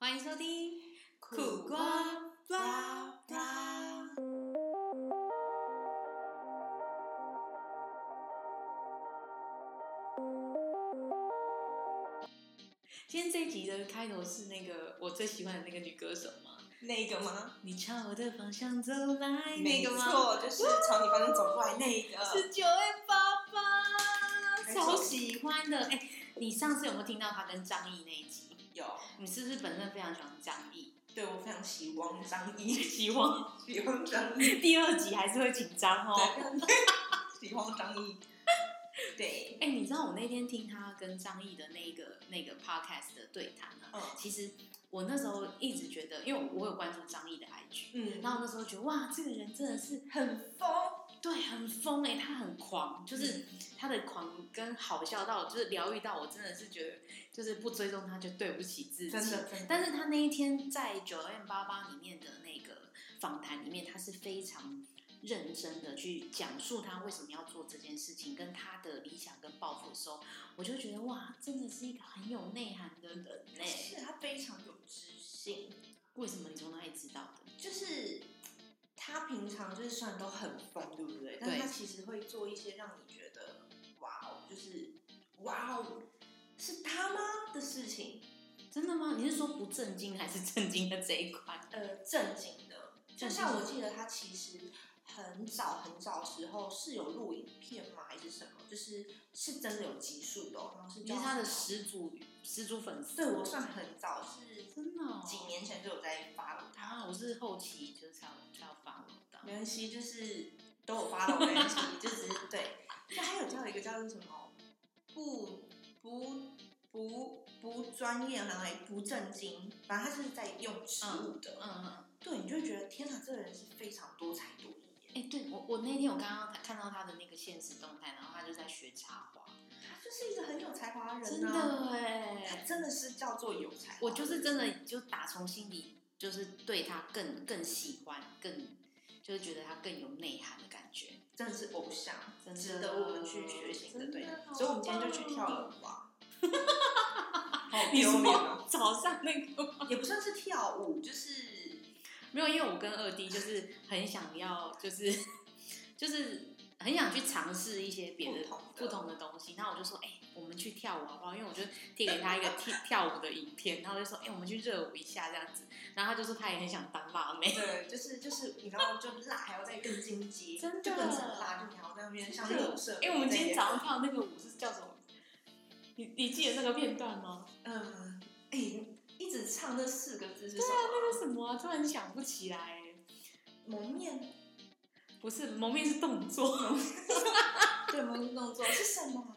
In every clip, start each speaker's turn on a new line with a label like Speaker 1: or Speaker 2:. Speaker 1: 欢迎收听苦
Speaker 2: 苦
Speaker 1: 瓜
Speaker 2: 瓜
Speaker 1: 巴拉。今天这一集的开头是那个我最喜欢的那个女歌手吗？
Speaker 2: 那个吗？
Speaker 1: 你朝我的方向走来，那
Speaker 2: 没
Speaker 1: 个吗？
Speaker 2: 错，就是朝你方向走过来那一个。
Speaker 1: 是九月八八，
Speaker 2: 没
Speaker 1: 超
Speaker 2: 错
Speaker 1: 喜欢的。哎、你上次有没有听到她跟张译那一集？
Speaker 2: 有，
Speaker 1: 你是不是本身非常喜欢张译？
Speaker 2: 对我非常喜欢张一，
Speaker 1: 喜欢
Speaker 2: 喜欢张一，
Speaker 1: 第二集还是会紧张哦。
Speaker 2: 对，喜欢张一。对，
Speaker 1: 哎、你知道我那天听他跟张译的那个那个 podcast 的对谈啊，
Speaker 2: 嗯
Speaker 1: 其实我那时候一直觉得，因为我有关注张译的 IG，
Speaker 2: 嗯，
Speaker 1: 然后我那时候觉得哇，这个人真的是
Speaker 2: 很疯，
Speaker 1: 对很疯哎、他很狂，
Speaker 2: 嗯
Speaker 1: 就是他的狂跟好笑到，就是疗愈到我，真的是觉得就是不追踪他就对不起自己。
Speaker 2: 真的，真的，
Speaker 1: 但是他那一天在九 M 八八里面的那个访谈里面，他是非常认真的去讲述他为什么要做这件事情，跟他的理想跟抱负的时候，我就觉得哇，真的是一个很有内涵的人呢、
Speaker 2: 是他非常有知性，
Speaker 1: 为什么你从哪里知道的？
Speaker 2: 就是他平常就是虽然都很疯，对不对？但
Speaker 1: 对
Speaker 2: 他其实会做一些让你觉得哇哦，就是哇哦，是他吗的事情，
Speaker 1: 真的吗？你是说不正经还是正经的这一块？
Speaker 2: 呃正经的。就
Speaker 1: 正经
Speaker 2: 像我记得他其实很早很早时候是有录影片吗？还是什么？就是是真的有集数的、哦，然后是
Speaker 1: 你
Speaker 2: 叫
Speaker 1: 是他的
Speaker 2: 什
Speaker 1: 始祖始祖粉丝？
Speaker 2: 么对我算很早，是
Speaker 1: 真的、哦、
Speaker 2: 几年前就有在发了他。
Speaker 1: 啊！我是后期就是才才有 follow 到。
Speaker 2: 没关系，就是都有发了，没关系， 就只是对。就还有叫一个叫做什么不不不不专业，然后也不正经，反正他就是在用食物的。
Speaker 1: 嗯嗯。
Speaker 2: 对，你就会觉得天哪，这个人是非常多才多艺耶。
Speaker 1: 哎、对我我那天我刚刚看看到他的那个现实动态，然后他就在学插花，
Speaker 2: 他就是一个很有才华的人、
Speaker 1: 真
Speaker 2: 啊，
Speaker 1: 的
Speaker 2: 他
Speaker 1: 哎，
Speaker 2: 真的是叫做有才华。
Speaker 1: 我就是真的就打从心里就是对他更更喜欢，更就是觉得他更有内涵的感觉，
Speaker 2: 真的是偶像，
Speaker 1: 真的
Speaker 2: 值得我们去学习的，哦
Speaker 1: 真的
Speaker 2: 对
Speaker 1: 好。
Speaker 2: 所以我们今天就去跳了舞啊。 好丢脸哦！
Speaker 1: 说早上那个吗
Speaker 2: 也不算是跳舞，就是
Speaker 1: 没有，因为我跟二弟就是很想要，就是就是很想去尝试一些别的
Speaker 2: 不同的
Speaker 1: 不同的东西。然后我就说，哎、我们去跳舞好不好？因为我就贴给他一个跳 跳舞的影片，然后就说，哎、我们去热舞一下这样子。然后他就说他也很想当辣妹，
Speaker 2: 对，就是就是，你知道，就辣还要再更进阶，
Speaker 1: 真的
Speaker 2: 就更成辣，就你还要在那边像热射。
Speaker 1: 哎、我们今天早上，跳那个舞是叫什么？你你记得那个片段吗？
Speaker 2: 嗯，哎，一直唱这四个字是什
Speaker 1: 对啊，那
Speaker 2: 么？
Speaker 1: 个什么啊、突然想不起来、欸
Speaker 2: 蒙面，
Speaker 1: 不是蒙面是动作，
Speaker 2: 对，蒙面动作是什么？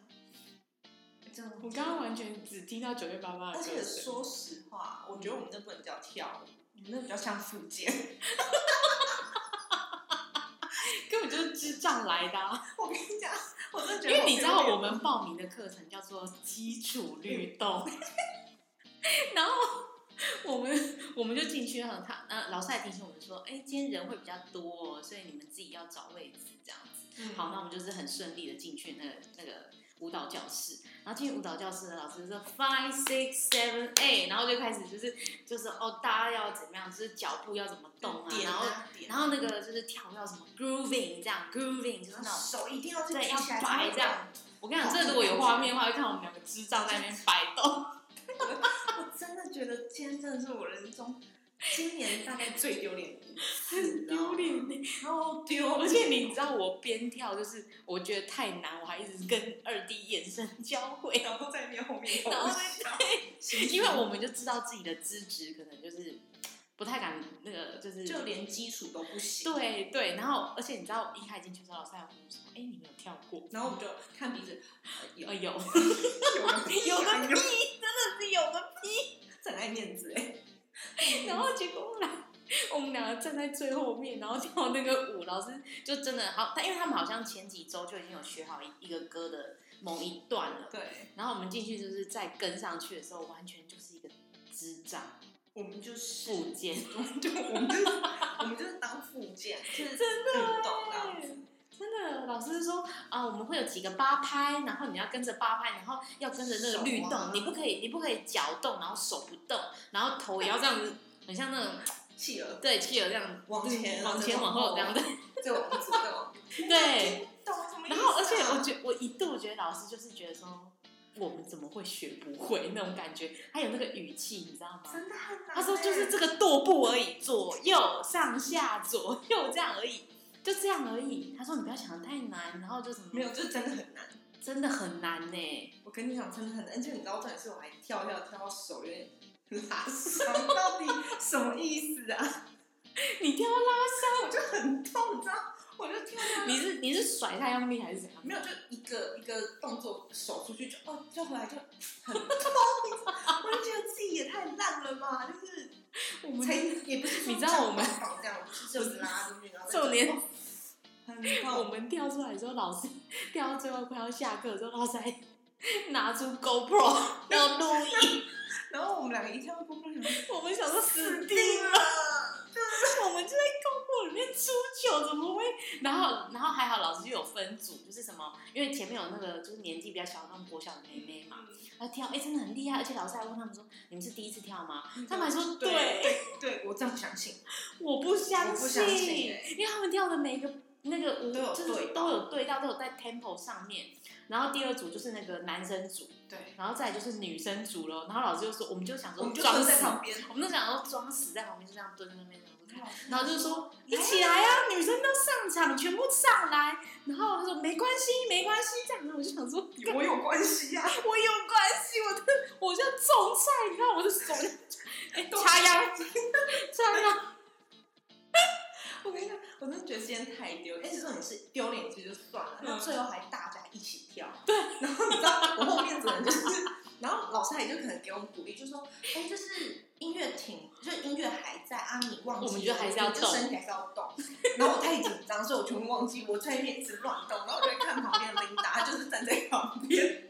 Speaker 2: 真的忘记
Speaker 1: 我刚
Speaker 2: 了
Speaker 1: 刚完全只听到九月八八的歌
Speaker 2: 而且
Speaker 1: 声。
Speaker 2: 说实话，我觉得我们那不能叫跳舞，我们那比较像附件。
Speaker 1: 根本就是智障来的、啊，
Speaker 2: 我跟你讲，我真的觉
Speaker 1: 因
Speaker 2: 得，
Speaker 1: 为你知道我们报名的课程叫做基础律
Speaker 2: 嗯
Speaker 1: 动， 然后我们我们就进去了，他呃老师还提醒我们说，哎、今天人会比较多、哦，所以你们自己要找位置这样子。
Speaker 2: 嗯
Speaker 1: 好，那我们就是很顺利的进去那个那个舞蹈教室，然后进去舞蹈教室的老师就说 five six seven eight，然后就开始就是就是哦大家要怎么样，就是脚步要怎么动啊，
Speaker 2: 点
Speaker 1: 然后
Speaker 2: 啊点，
Speaker 1: 然后那个就是跳要什么 grooving 这样 grooving 就是
Speaker 2: 然
Speaker 1: 那
Speaker 2: 后
Speaker 1: 种。
Speaker 2: 手一定要去
Speaker 1: 对
Speaker 2: 举
Speaker 1: 要
Speaker 2: 起来，
Speaker 1: 摆这样。我跟你讲，这如果有画面的话，会看我们两个智障在那边摆动。
Speaker 2: 我真的觉得今天真的是我人生中今年大概最丢脸的一次，
Speaker 1: 脸呢，
Speaker 2: 好 丢
Speaker 1: 丢！
Speaker 2: 脸。
Speaker 1: 而且你知道，我边跳就是我觉得太难，我还一直跟二弟眼神交汇，
Speaker 2: 然后在你后面，
Speaker 1: 然后
Speaker 2: 对
Speaker 1: 因为我们就知道自己的资质可能就是不太敢那个，就是
Speaker 2: 就连基础都不行。
Speaker 1: 对对。然后，而且你知道，一开始进去的时候，老师还问我说：“哎，你们有跳过？”
Speaker 2: 然后我们就看鼻子，呃有
Speaker 1: 呃 有，
Speaker 2: 有个屁
Speaker 1: 有
Speaker 2: 有
Speaker 1: 个
Speaker 2: 个屁，
Speaker 1: 是有个
Speaker 2: 真爱面子哎。
Speaker 1: 然后结果后来我们两个站在最后面，然后跳那个舞，老师就真的好，但因为他们好像前几周就已经有学好一一个歌的某一段了，
Speaker 2: 对，
Speaker 1: 然后我们进去就是再跟上去的时候，完全就是一个智障
Speaker 2: 我们就是
Speaker 1: 附件，
Speaker 2: 对，我们就是我们就是当附件，就是真的运动这样子。
Speaker 1: 真的，老师说啊，我们会有几个八拍，然后你要跟着八拍，然后要跟着那个律动，
Speaker 2: 手啊
Speaker 1: 你不可以，你不可以脚动，然后手不动，然后头也要这样子，很像那种
Speaker 2: 企鹅
Speaker 1: 对企鹅这样
Speaker 2: 往前
Speaker 1: 往前往后这样的，
Speaker 2: 这我不知道。
Speaker 1: 对。
Speaker 2: 懂什么意思啊
Speaker 1: 然后，而且我觉我一度觉得老师就是觉得说，我们怎么会学不会那种感觉，还有那个语气，你知道吗？
Speaker 2: 真的很难欸。
Speaker 1: 他说就是这个跺步而已，左右上下左右这样而已，就这样而已。他说你不要想的太难，然后就什么
Speaker 2: 没有，就是真的很难。
Speaker 1: 真的很难呢、
Speaker 2: 我跟你讲，真的很难。而且你知道，重点是我还跳跳跳到手有点拉伤，到底什么意思啊？
Speaker 1: 你跳拉
Speaker 2: 我就很痛，你知道？我就跳跳
Speaker 1: 伤，你是你是甩太用力还是怎样？
Speaker 2: 没有，就一个一个动作手出去就哦，跳回来就很痛，我就觉得自己也太烂了吧，就是
Speaker 1: 我们
Speaker 2: 才也不是说
Speaker 1: 你知道我们
Speaker 2: 这样放这样，我就是就是拉出去，然后再哦
Speaker 1: 重点
Speaker 2: 很
Speaker 1: 我
Speaker 2: 痛，
Speaker 1: 们跳出来之后，老师 跳到最后快要下课的时候，老师还 拿出 GoPro 要录影，
Speaker 2: 然后我们两个一跳过不了，
Speaker 1: 我们想说死定
Speaker 2: 定
Speaker 1: 了。
Speaker 2: 了，
Speaker 1: 我们就在篝火里面出糗，怎么会？然后，然后还好老师就有分组，就是什么，因为前面有那个就是年纪比较小的那种国小的妹妹嘛，她跳，哎、真的很厉害，而且老师还问他们说，你们是第一次跳吗？
Speaker 2: 嗯
Speaker 1: 他们还说，对，
Speaker 2: 对对对，我真不相信，
Speaker 1: 我不相
Speaker 2: 我不相信欸
Speaker 1: 因为他们跳的每一个那个舞
Speaker 2: 都有
Speaker 1: 就是
Speaker 2: 对到
Speaker 1: 都有对到，都有在 tempo 上面。然后第二组就是那个男生组，
Speaker 2: 对，
Speaker 1: 然后再来就是女生组咯。然后老师就说，我们就想
Speaker 2: 我
Speaker 1: 说
Speaker 2: 们就
Speaker 1: 装
Speaker 2: 蹲
Speaker 1: 死
Speaker 2: 在，旁边，
Speaker 1: 我们就想说装死在旁边，就这样蹲在那边，然后就看。然
Speaker 2: 然
Speaker 1: 后
Speaker 2: 后
Speaker 1: 就
Speaker 2: 就说
Speaker 1: 说一起来啊，女生都上场，全部上来。然后他说没关系，没关系，这样。然后我就想说，
Speaker 2: 我有关系呀，
Speaker 1: 我有关系，我的我叫种菜，你看我的手，哎， 插腰，插腰，
Speaker 2: 我跟你讲，我真的觉得今天太丢脸。而且重点是丢脸其实就算了，
Speaker 1: 嗯
Speaker 2: 他最后还大家一起跳。对，然后你知道我后面只能就是，然后老师还就可能给我们鼓励，就说：“哎、就是音乐停，就是音乐还在啊，你忘记
Speaker 1: 我们就还是要动
Speaker 2: 你就身体还是要动。”然后我太紧张，所以我全部忘记，我在那边一直乱动，然后我就在看旁边的琳达，她就是站在旁 边。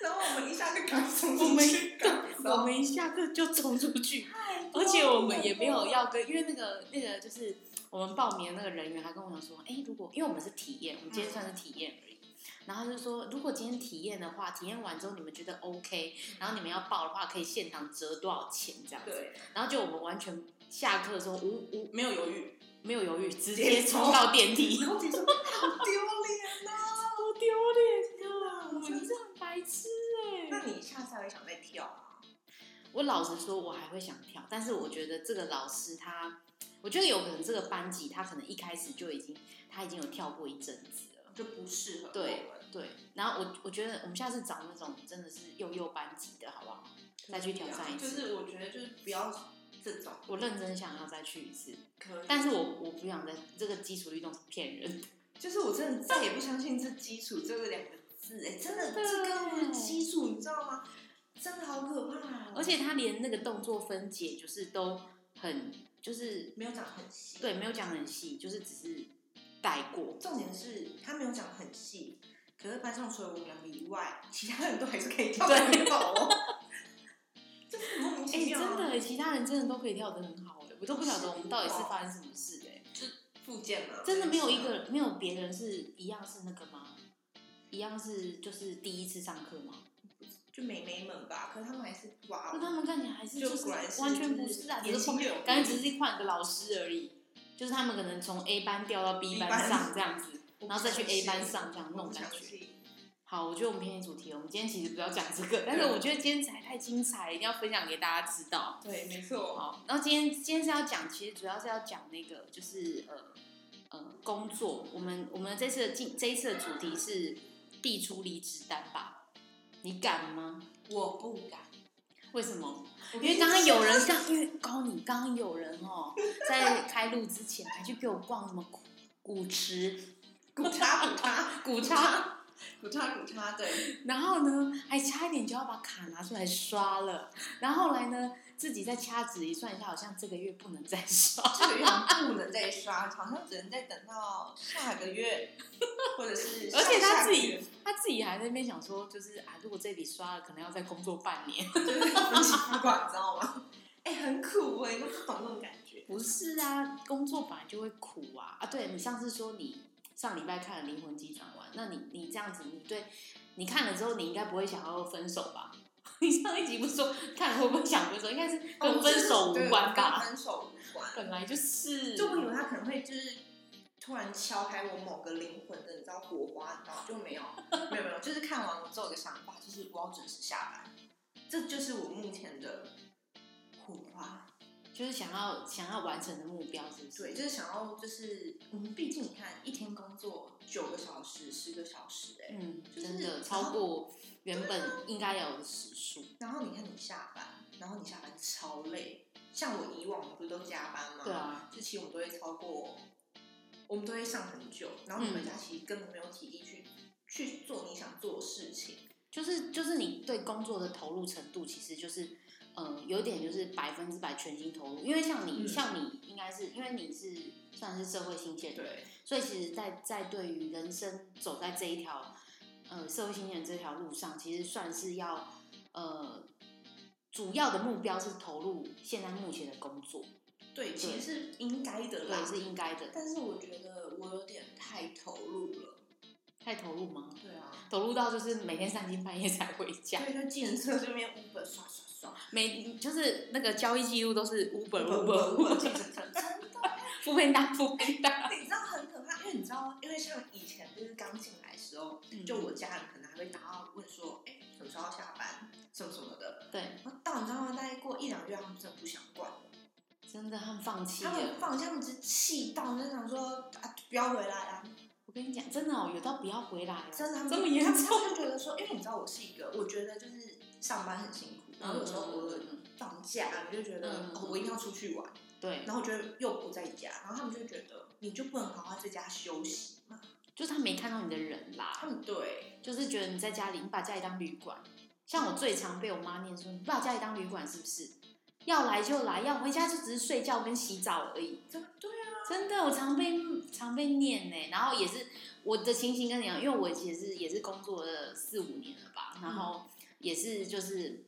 Speaker 2: 然后我们一下就赶冲
Speaker 1: 我
Speaker 2: 进
Speaker 1: 们
Speaker 2: 去，赶
Speaker 1: 我们一下课就冲出去，而且我们也没有
Speaker 2: 哦
Speaker 1: 要跟，因为那个那个就是我们报名的那个人员，他跟我讲说，哎、如果因为我们是体验，我们今天算是体验而已。然后他就说，如果今天体验的话，体验完之后你们觉得 OK，然后你们要报的话，可以现场折多少钱这样子。
Speaker 2: 对，
Speaker 1: 然后就我们完全下课的时候无无
Speaker 2: 没有犹豫。
Speaker 1: 没有犹豫，直接冲到电 梯，
Speaker 2: 然后你说好丢脸哦。
Speaker 1: 好丢脸
Speaker 2: 啊我们
Speaker 1: 这样白痴哎
Speaker 2: 那你下次还会想再跳啊吗？
Speaker 1: 我老实说，我还会想跳，但是我觉得这个老师他，我觉得有可能这个班级他可能一开始就已经他已经有跳过一阵子了，
Speaker 2: 就不适合
Speaker 1: 对对。然后我我觉得我们下次找那种真的是幼幼班级的好不好？再去挑战一
Speaker 2: 就
Speaker 1: 次
Speaker 2: 是我觉得就是不要这种，
Speaker 1: 我认真想要再去一次，
Speaker 2: 可以。
Speaker 1: 但是我我不想再这个基础律动是骗人的，
Speaker 2: 就是我真的再也不相信这基础这个两个字，哎，真的
Speaker 1: 对
Speaker 2: 这根本就是基础，你知道吗？真的好可怕哦！
Speaker 1: 而且他连那个动作分解就是都很就是
Speaker 2: 没有讲很细，，
Speaker 1: 对没有讲很细，就是只是带过，
Speaker 2: 重点是他没有讲很细。可是班上除了我们两个以外，其他人都还是可以跳得很好哦。 就是很莫名
Speaker 1: 哎、
Speaker 2: 其妙
Speaker 1: 真
Speaker 2: 啊，
Speaker 1: 的耶，其他人真的都可以跳得很好哎，我都不晓得我们到底是发生什么事哎，
Speaker 2: 附件嘛，
Speaker 1: 真的没有一个没有别人是一样是那个吗？一样是就是第一次上课吗？
Speaker 2: 就美眉们吧，可是他们还是哇哦
Speaker 1: 那，他们看起来还是
Speaker 2: 就是果然是
Speaker 1: 完全不是啊，
Speaker 2: 就
Speaker 1: 只
Speaker 2: 是
Speaker 1: 是换
Speaker 2: 年轻人
Speaker 1: 感觉只是换个老师而已，就是他们可能从 A 班调到 B 班
Speaker 2: 班
Speaker 1: 上这样子，
Speaker 2: 我不
Speaker 1: 然后再去
Speaker 2: 相信
Speaker 1: A 班上这样
Speaker 2: 我
Speaker 1: 弄
Speaker 2: 不
Speaker 1: 感
Speaker 2: 相
Speaker 1: 觉。
Speaker 2: 信
Speaker 1: 好，我觉得我们偏离主题了，我们今天其实不要讲这个，但是我觉得今天才太精彩了，一定要分享给大家知道。
Speaker 2: 对，没错，
Speaker 1: 好，然后今天今天是要讲，其实主要是要讲那个就是呃呃工作，我们我们这次的进这一次的主题是递出离职单吧？你敢吗？
Speaker 2: 我不敢，
Speaker 1: 为什么？
Speaker 2: 因
Speaker 1: 因为刚刚有人刚，因为高你刚刚有人哦，在开录之前还去给我逛什么古古驰、
Speaker 2: 古叉古叉
Speaker 1: 古叉，
Speaker 2: 叉古叉古叉，对，
Speaker 1: 然后呢还差一点就要把卡拿出来刷了，然后后来呢自己再掐指一算一下，好像这个月不能再刷。
Speaker 2: 这个月好像不能再刷，好像只能再等到下 个月，或者是
Speaker 1: 而且他
Speaker 2: 上下个
Speaker 1: 自己
Speaker 2: 月
Speaker 1: 他自己还在那边想说，就是啊，如果这笔刷了，可能要再工作半年。
Speaker 2: 就是分期付款，你知道吗？哎，很苦哎，都不懂那种感觉。
Speaker 1: 不是啊，工作本来就会苦啊啊！对你上次说你上礼拜看了《灵魂机场》完，那你你这样子，你对你看了之后，你应该不会想要分手吧？ 你上一集不是说看了会不会想分手？应该是跟分手无关
Speaker 2: 哦
Speaker 1: 吧？
Speaker 2: 就是对跟分手无关。
Speaker 1: 本来就是，
Speaker 2: 就我以为他可能会就是突然敲开我某个灵魂的，你知道火花，你知道就没有，没有没有，就是看完我之后有个想法，就是我要准时下班，这就是我目前的火花。
Speaker 1: 就是想要想要完成的目标，是不是？
Speaker 2: 对，就是想要就是我们毕竟你看一天工作九个小时、十个小时、哎、
Speaker 1: 嗯，
Speaker 2: 就是
Speaker 1: 真的
Speaker 2: 然后
Speaker 1: 超过原本应该要有的时数。
Speaker 2: 然后你看你下班，然后你下班超累，像我以往我们不是都加班吗？
Speaker 1: 对啊，
Speaker 2: 就其实我们都会超过，我们都会上很久，然后你
Speaker 1: 嗯
Speaker 2: 回家其实根本没有体力去、去做你想做的事情。
Speaker 1: 就是就是你对工作的投入程度，其实就是呃，有点就是百分之百全心投入。因为像你，
Speaker 2: 嗯
Speaker 1: 像你应该是因为你是算是社会新鲜人，
Speaker 2: 对，
Speaker 1: 所以其实在，在对于人生走在这一条呃社会新鲜人这条路上，其实算是要呃主要的目标是投入现在目前的工作，
Speaker 2: 对，其实是应该的
Speaker 1: 对，
Speaker 2: 啦。
Speaker 1: 是应该的。
Speaker 2: 但是我觉得我有点太投入了。
Speaker 1: 太投入吗？
Speaker 2: 对啊，
Speaker 1: 投入到就是每天三更半夜才回家，
Speaker 2: 所以就建设这边 Uber 刷刷刷
Speaker 1: 每就是那个交易记录都是 Uber
Speaker 2: Uber
Speaker 1: Uber Uber，
Speaker 2: 计程车，真的。
Speaker 1: 不便当不便当。
Speaker 2: 你知道很可怕，因为你知道，因为像以前就是刚进来的时候，
Speaker 1: 嗯
Speaker 2: 就我家人可能还会打电话问说，哎、什么时候要下班，什么什么的。
Speaker 1: 对，
Speaker 2: 然后到你知道吗？大概过一两个月，他们真的不想管了，
Speaker 1: 真的很放弃
Speaker 2: 他们
Speaker 1: 了。
Speaker 2: 放假，他们只气到就想说啊，不要回来啊，
Speaker 1: 我跟你讲，真的哦，有到不要回来哦，
Speaker 2: 真的他们
Speaker 1: 这么严重。
Speaker 2: 他们就觉得说，因为你知道我是一个，我觉得就是上班很辛苦，然后有时候我放假，我就觉得、
Speaker 1: 嗯
Speaker 2: 哦，我一定要出去玩，
Speaker 1: 对，
Speaker 2: 然后我觉得又不在家，然后他们就觉得你就不能好好在家休息嘛？
Speaker 1: 就是他没看到你的人啦，
Speaker 2: 他们对，
Speaker 1: 就是觉得你在家里，你把家里当旅馆。像我最常被我妈念说，你把家里当旅馆是不是？要来就来，要回家就只是睡觉跟洗澡而已。
Speaker 2: 真的对啊，
Speaker 1: 真的，我常被常被念呢、然后也是我的情形跟你讲，因为我也是也是工作了四五年了吧，然后
Speaker 2: 嗯
Speaker 1: 也是就是。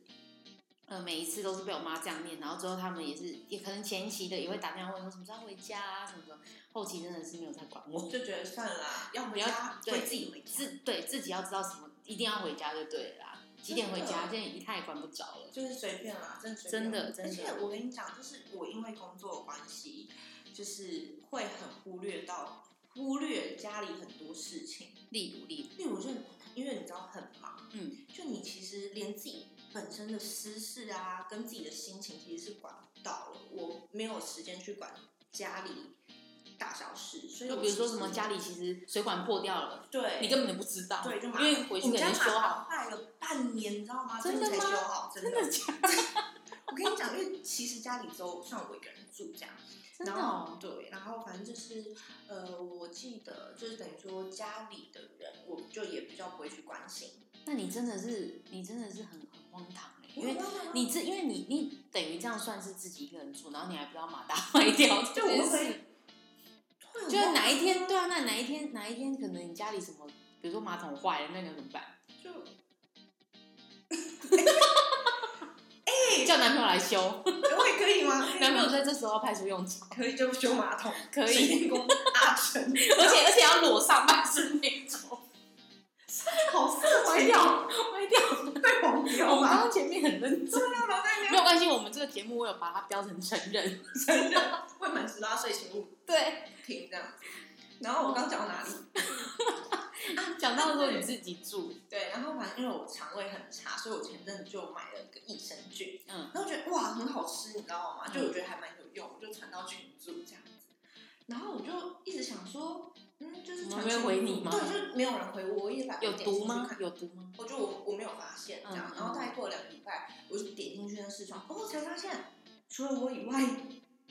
Speaker 1: 呃，每一次都是被我妈这样念，然后之后他们也是，也可能前期的也会打电话问说什么时候回家啊，什么的，后期真的是没有在管我。
Speaker 2: 就觉得算了啦，要回
Speaker 1: 不要
Speaker 2: 家
Speaker 1: 对
Speaker 2: 会自己回家，
Speaker 1: 自对自己要知道什么，一定要回家就对了啦。几点回家，现在一看也管不着了。
Speaker 2: 就是随便啦，真的随便。
Speaker 1: 真的真的
Speaker 2: 而且我跟你讲，就是我因为工作的关系，就是会很忽略到忽略家里很多事情。
Speaker 1: 例如，例
Speaker 2: 例如就因为你知道很忙，
Speaker 1: 嗯，
Speaker 2: 就你其实连自己本身的私事啊，跟自己的心情其实是管不到了，我没有时间去管家里大小事，所
Speaker 1: 如，就
Speaker 2: 以我
Speaker 1: 比如说
Speaker 2: 其
Speaker 1: 什
Speaker 2: 实
Speaker 1: 么家里其实水管破掉了，
Speaker 2: 对，
Speaker 1: 你根本就不知道，
Speaker 2: 对就
Speaker 1: 因
Speaker 2: 麻
Speaker 1: 为回
Speaker 2: 我
Speaker 1: 去
Speaker 2: 们
Speaker 1: 给
Speaker 2: 家
Speaker 1: 你
Speaker 2: 马
Speaker 1: 修好。
Speaker 2: 桶坏了半年，你知道吗？
Speaker 1: 真的
Speaker 2: 最近才
Speaker 1: 吗
Speaker 2: 修好， 真
Speaker 1: 真
Speaker 2: 的。
Speaker 1: 的假的？
Speaker 2: 我跟你讲，因为其实家里只有算我一个人住这样。
Speaker 1: 真的
Speaker 2: 然后
Speaker 1: 哦，
Speaker 2: 对，然后反正就是，呃，我记得就是等于说家里的人，我就也比较不会去关心，
Speaker 1: 那你真的是，你真的是很很荒唐哎、因
Speaker 2: 因为
Speaker 1: 为你自，因为你你等于这样算是自己一个人住，然后你还不知道马达坏掉这
Speaker 2: 就我
Speaker 1: 件
Speaker 2: 会
Speaker 1: 事，
Speaker 2: 会很
Speaker 1: 就是
Speaker 2: 慌
Speaker 1: 哪一天对啊，那哪一天哪一天可能你家里什么，比如说马桶坏了，那你要怎么办？
Speaker 2: 就
Speaker 1: 叫男朋友来修，
Speaker 2: 我也可 以吗？
Speaker 1: 男朋友在这时候要派出用场。
Speaker 2: 可以就修马桶，
Speaker 1: 可以
Speaker 2: 水 电工阿成，
Speaker 1: 而且而且要裸上半身那种，
Speaker 2: 好色
Speaker 1: 歪
Speaker 2: 情哦，
Speaker 1: 掉歪掉。
Speaker 2: 被黄标
Speaker 1: 我们刚
Speaker 2: 吧？
Speaker 1: 刚前面很认真，
Speaker 2: 对啊，然后在那
Speaker 1: 没有关系，我们这个节目我有把它标成成人。
Speaker 2: 边未满十八岁请勿
Speaker 1: 对，
Speaker 2: 听这样子。然后我刚讲到哪里？
Speaker 1: 讲到说你自己住，
Speaker 2: 对，然后反正因为我肠胃很差，所以我前阵子就买了一个益生菌，
Speaker 1: 嗯，
Speaker 2: 然后觉得哇很好吃，你知道吗？
Speaker 1: 嗯
Speaker 2: 就我觉得还蛮有用，我就传到群组这样子。然后我就一直想说，嗯，就是传
Speaker 1: 没有人
Speaker 2: 群
Speaker 1: 回
Speaker 2: 组
Speaker 1: 你吗
Speaker 2: 对，就是没有人回我，我也懒得
Speaker 1: 有
Speaker 2: 点进
Speaker 1: 毒
Speaker 2: 去
Speaker 1: 吗
Speaker 2: 看？
Speaker 1: 有毒吗？
Speaker 2: 我就我我没有发现这样
Speaker 1: 嗯，嗯
Speaker 2: 然后大概过了两个礼拜，我就点进去那视窗，哦，才发现除了我以外，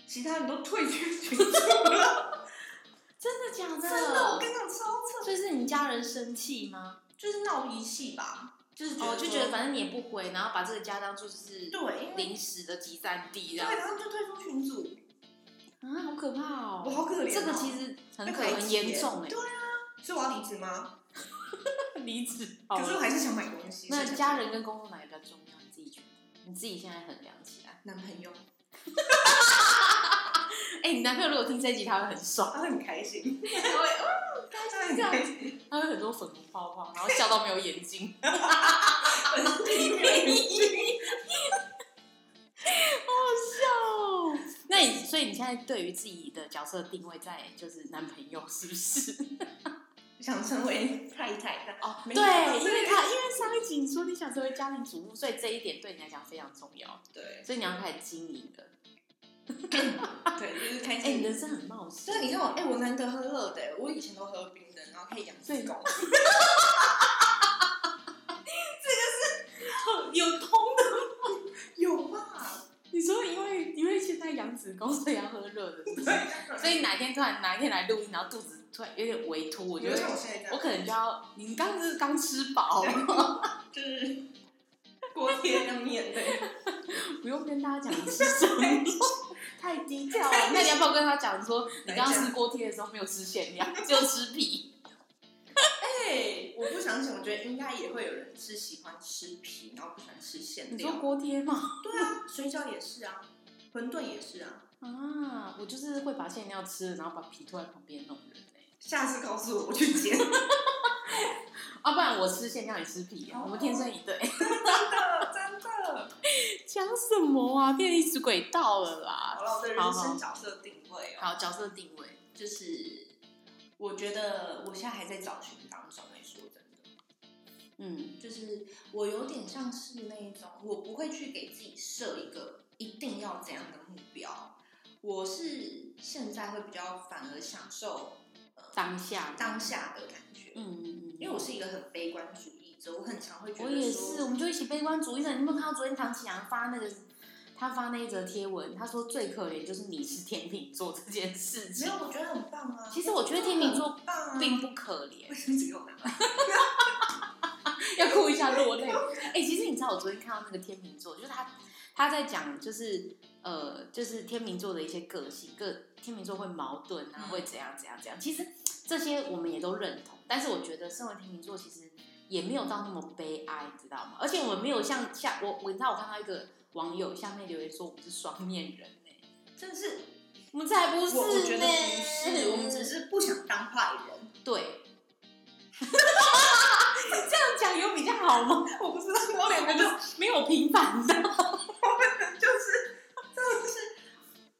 Speaker 2: 其他人都退出 群组
Speaker 1: 哦
Speaker 2: 了。
Speaker 1: 真的假的？
Speaker 2: 真的，我跟你讲超扯，
Speaker 1: 所以是你家人生气吗？
Speaker 2: 就是闹脾气吧，就是
Speaker 1: 哦，就觉得
Speaker 2: 说
Speaker 1: 反正你也不回，然后把这个家当做就是
Speaker 2: 对，因为
Speaker 1: 临时的集散地这
Speaker 2: 对，
Speaker 1: 样
Speaker 2: 然后就退出群组，
Speaker 1: 啊，好可怕
Speaker 2: 我
Speaker 1: 哦！
Speaker 2: 好可怜哦、
Speaker 1: 这个其实很
Speaker 2: 被
Speaker 1: 可
Speaker 2: 排
Speaker 1: 很
Speaker 2: 挤耶
Speaker 1: 严重哎
Speaker 2: 对，啊，所以我要离职吗？
Speaker 1: 离职。
Speaker 2: 可是我还是想买东西。
Speaker 1: 哦那
Speaker 2: 所以想
Speaker 1: 家人跟工作哪一个比较重要？你自己觉得？你自己现在衡量起来。
Speaker 2: 男朋友，
Speaker 1: 哎、你男朋友如果听这一集，他会很爽，
Speaker 2: 他会很开 心，
Speaker 1: 他会哦
Speaker 2: 他会很开心，
Speaker 1: 他会很多粉红泡泡，然后笑到没有眼 睛。 好笑哦。那你所以你现在对于自己的角色定位在就是男朋友是不是？
Speaker 2: 想成为太太的
Speaker 1: 哦，
Speaker 2: 没
Speaker 1: 对，
Speaker 2: 有
Speaker 1: 因为他因为上一集你说你想成为家庭主妇，所以这一点对你来讲非常重要，
Speaker 2: 对
Speaker 1: 所以你要开始经营了。
Speaker 2: 对，就是开
Speaker 1: 哎、
Speaker 2: 心。
Speaker 1: 你人生很冒险。
Speaker 2: 所以你看我，哎、我难得喝热的、我以前都喝冰的，然后可以养只狗。
Speaker 1: 有通的。
Speaker 2: 有吧？
Speaker 1: 你说因为因为现在养子宫，所以要喝热 的，是不是所以哪一天突然哪一天来录音，然后肚子突然有点微凸，我
Speaker 2: 我
Speaker 1: 就
Speaker 2: 觉得
Speaker 1: 会
Speaker 2: 像我现在这样，
Speaker 1: 我可能就要你刚刚是刚吃饱，
Speaker 2: 就是 锅贴跟面对，
Speaker 1: 不用跟大家讲你吃什么， 太低调了。那你要不要跟他讲说，你刚刚吃锅贴的时候没有吃馅料，只有吃皮？
Speaker 2: 对，我不相信，我觉得应该也会有人是喜欢吃皮，然后不喜欢吃馅
Speaker 1: 你说
Speaker 2: 料。
Speaker 1: 锅贴吗？
Speaker 2: 对啊，水饺也是啊，馄饨也是啊。
Speaker 1: 啊，我就是会把馅料吃了，然后把皮拖在旁边弄人、欸、
Speaker 2: 下次告诉我，我去 煎。真
Speaker 1: 啊，不然我吃馅料你吃皮、啊，我们天生一对。
Speaker 2: 的，真的。
Speaker 1: 讲什么啊？变历史轨道了啦！
Speaker 2: 好了，我的人生角色定位哦，
Speaker 1: 好，角色定位，
Speaker 2: 就是我觉得我现在还在找寻当中。哎，说真的。
Speaker 1: 嗯
Speaker 2: 就是我有点像是那一种，我不会去给自己设一个一定要怎样的目标。我是现在会比较反而享受呃
Speaker 1: 当下
Speaker 2: 当下的感觉，
Speaker 1: 嗯嗯
Speaker 2: 因为我是一个很悲观主义者，我很常会觉
Speaker 1: 我
Speaker 2: 得
Speaker 1: 也
Speaker 2: 说
Speaker 1: 是，我们就一起悲观主义者。你有没有看到昨天唐启阳发那个，他发那一则贴文，他说最可怜就是你是天秤座这件事
Speaker 2: 没
Speaker 1: 情
Speaker 2: 有，。我觉得很棒啊。
Speaker 1: 其实我觉得天秤座
Speaker 2: 很棒啊，
Speaker 1: 并不可怜
Speaker 2: 为，什么只有我拿？
Speaker 1: 要哭一下落泪。哎、其实你知道，我昨天看到那个天秤座，就是他他在讲，就是呃，就是天秤座的一些个性，个天秤座会矛盾啊，
Speaker 2: 嗯
Speaker 1: 会怎样怎样怎样。其实这些我们也都认同，但是我觉得身为天秤座，其实也没有到那么悲哀，你知道吗？而且我没有像像我，我你知道，我看到一个网友下面留言说我们是双面人呢、
Speaker 2: 真的是，
Speaker 1: 我们才不是
Speaker 2: 我我觉
Speaker 1: 呢
Speaker 2: 得 不是，我们只是不想当坏人。
Speaker 1: 对。 这样讲有比较好吗？
Speaker 2: 我不知道，我
Speaker 1: 我两
Speaker 2: 两个
Speaker 1: 个就
Speaker 2: 就
Speaker 1: 没有平凡的。
Speaker 2: 就是，真的是，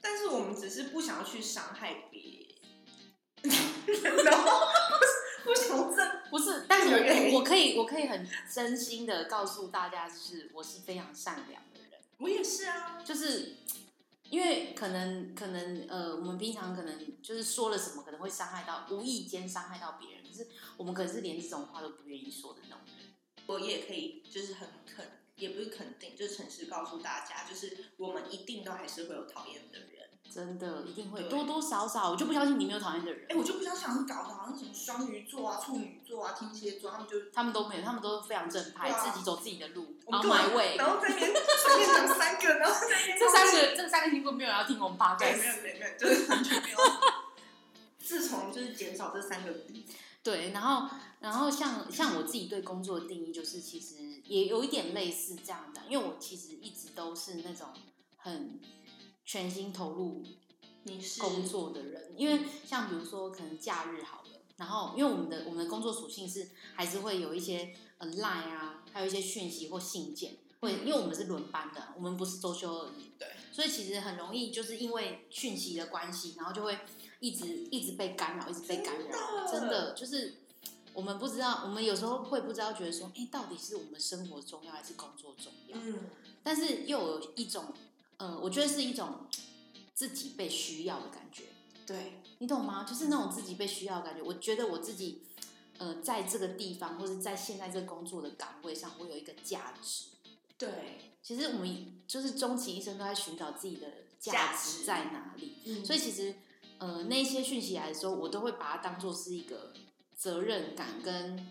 Speaker 2: 但是我们只是不想要去伤害别人， 然后不是不想这，
Speaker 1: 不是，但是
Speaker 2: 有一个原因
Speaker 1: 我我可以我可以很真心的告诉大家，就是我是非常善良的人，
Speaker 2: 我也是啊，
Speaker 1: 就是因为可能可能呃，我们平常可能就是说了什么，可能会伤害到无意间伤害到别人，可是我们可能是连这种话都不愿意说的那种人。
Speaker 2: 我也可以，就是很肯，也不是肯定，就是诚实告诉大家，就是我们一定都还是会有讨厌的人。
Speaker 1: 真的一定会
Speaker 2: 对
Speaker 1: 多多少少，我就不相信你没有讨厌的人。
Speaker 2: 哎、我就不想想搞得好像什么双鱼座啊、处女座啊、天蝎座，他们就
Speaker 1: 他们都没有，他们都非常正派，
Speaker 2: 对啊
Speaker 1: 自己走自己的路，
Speaker 2: 我们
Speaker 1: on
Speaker 2: 就
Speaker 1: 哦 my way。
Speaker 2: 然后在那边随便讲三个，然后在那边
Speaker 1: 这三个这三个星座没有人要听我们八卦
Speaker 2: 对，，没有没有没有，就是完全没有。自从就是减少这三个字，
Speaker 1: 对，然后然后像像我自己对工作的定义，就是其实也有一点类似这样的，因为我其实一直都是那种很全心投入
Speaker 2: 你是嗯
Speaker 1: 工作的人，因为像比如说可能假日好了，然后因为我们的我们的工作属性是还是会有一些呃 line 啊，还有一些讯息或信件，会因为我们是轮班的，我们不是周休二日，
Speaker 2: 嗯对，
Speaker 1: 所以其实很容易就是因为讯息的关系，然后就会一直一直被干扰，一直被干扰，
Speaker 2: 真的
Speaker 1: 真的就是。我们不知道，我们有时候会不知道，觉得说，哎、到底是我们生活重要还是工作重要？
Speaker 2: 嗯，
Speaker 1: 但是又有一种，呃，我觉得是一种自己被需要的感觉，
Speaker 2: 对，
Speaker 1: 你懂吗？就是那种自己被需要的感觉。我觉得我自己，呃，在这个地方或者在现在这个工作的岗位上，我有一个价值。
Speaker 2: 对，
Speaker 1: 其实我们就是终其一生都在寻找自己的
Speaker 2: 价
Speaker 1: 价
Speaker 2: 值
Speaker 1: 值在哪里。
Speaker 2: 嗯
Speaker 1: 所以其实，呃，那些讯息来的时候，我都会把它当做是一个责任感跟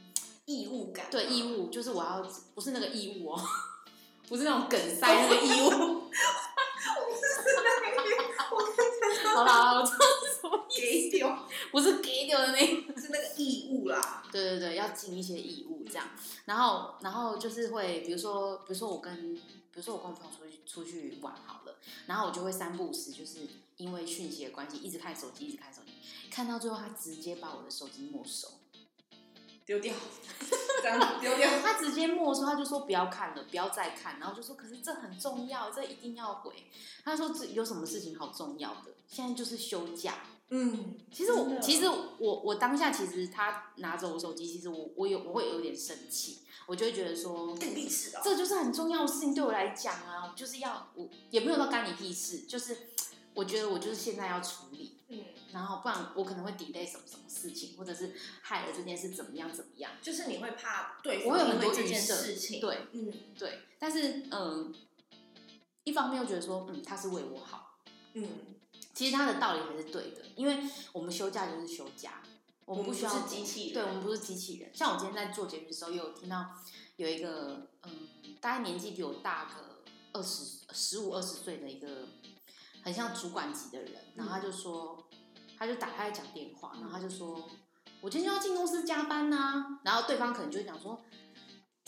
Speaker 2: 义务感，啊
Speaker 1: 对义务，就是我要不是那个义务哦， 不是那种梗塞那个义务。 好啦，我知道是什么意思，
Speaker 2: 给丢
Speaker 1: 不是给丢的那个
Speaker 2: 是那个义务啦，
Speaker 1: 对对对，要尽一些义务这样。然后，然后就是会，比如说，比如说我跟，比如说我跟我朋友出去出去玩好了，然后我就会三不五时，就是因为讯息的关系，一直看手机，一直看手机，看到最后他直接把我的手机没收，
Speaker 2: 丢掉，这样丢掉。
Speaker 1: 他直接没收，他就说不要看了，不要再看，然后就说可是这很重要，这一定要回。他说这有什么事情好重要的？现在就是休假，
Speaker 2: 嗯，
Speaker 1: 其实
Speaker 2: 真
Speaker 1: 我
Speaker 2: 的
Speaker 1: 其实我我当下其实他拿走我手机，其实我我有我会有点生气，我就会觉得说，
Speaker 2: 干你屁事啊！
Speaker 1: 这就是很重要的事情对我来讲啊，我就是要我也没有到干你屁事，就是我觉得我就是现在要处理，
Speaker 2: 嗯，
Speaker 1: 然后不然我可能会 delay 什么什么事情，或者是害了这件事怎么样怎么样，
Speaker 2: 就是你会怕对
Speaker 1: 我有
Speaker 2: 方因
Speaker 1: 很
Speaker 2: 为
Speaker 1: 多
Speaker 2: 这
Speaker 1: 预
Speaker 2: 件
Speaker 1: 设
Speaker 2: 事情，，
Speaker 1: 对
Speaker 2: 嗯
Speaker 1: 对，但是嗯，一方面又觉得说，嗯，他是为我好。
Speaker 2: 嗯，
Speaker 1: 其实他的道理还是对的，因为我们休假就是休假，我们
Speaker 2: 我们
Speaker 1: 不需要
Speaker 2: 不是机器人
Speaker 1: 对我们不是机器人。像我今天在做节目的时候，也有听到有一个嗯，大概年纪比我大个二十十五二十岁的一个很像主管级的人，然
Speaker 2: 嗯
Speaker 1: 后他就说，他就打开讲电话，然后他就说，我今天就要进公司加班呐、然后对方可能就会讲说。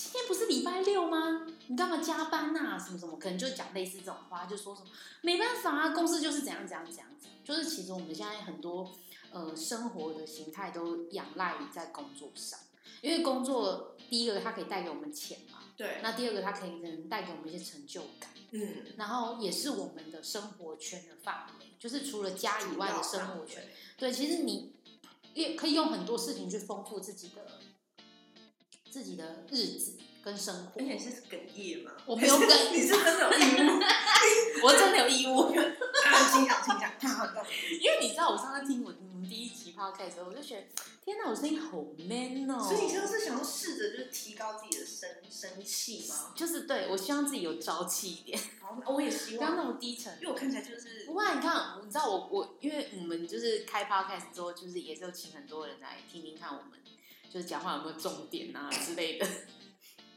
Speaker 1: 今天不是礼拜六吗？你干嘛加班呐、什么什么，可能就讲类似这种话，他就说什么没办法啊，公司就是怎样怎样怎样怎样。就是其实我们现在很多呃生活的形态都仰赖于在工作上，因为工作第一个它可以带给我们钱嘛，
Speaker 2: 对，
Speaker 1: 那第二个它可以可能带给我们一些成就感，
Speaker 2: 嗯，
Speaker 1: 然后也是我们的生活圈的范围，就是除了家以
Speaker 2: 主
Speaker 1: 外
Speaker 2: 要
Speaker 1: 的生
Speaker 2: 范
Speaker 1: 活
Speaker 2: 围
Speaker 1: 圈。对，其实你也可以用很多事情去丰富自己的自己的日子跟生活
Speaker 2: 而。且是哽咽吗？
Speaker 1: 我没有哽
Speaker 2: 你是真的有义 务。
Speaker 1: 我真的有义务。
Speaker 2: 好，请讲，请讲。好的，
Speaker 1: 因为你知道，我上次听我我们第一集 podcast 的时候，我就觉得天哪，我声音好 man 哦、
Speaker 2: 所以你就是想要试着就是提高自己的生生气吗？
Speaker 1: 就是对我希望自己有朝气一点，
Speaker 2: 好，
Speaker 1: 哦
Speaker 2: 我也希
Speaker 1: 不要
Speaker 2: 望，
Speaker 1: 那么低沉
Speaker 2: 因。为我看起来就是
Speaker 1: 不过你看，你知道我我因为我们就是开 podcast 之后，就是也是有请很多人来听听看我们就是讲话有没有重点啊之类的。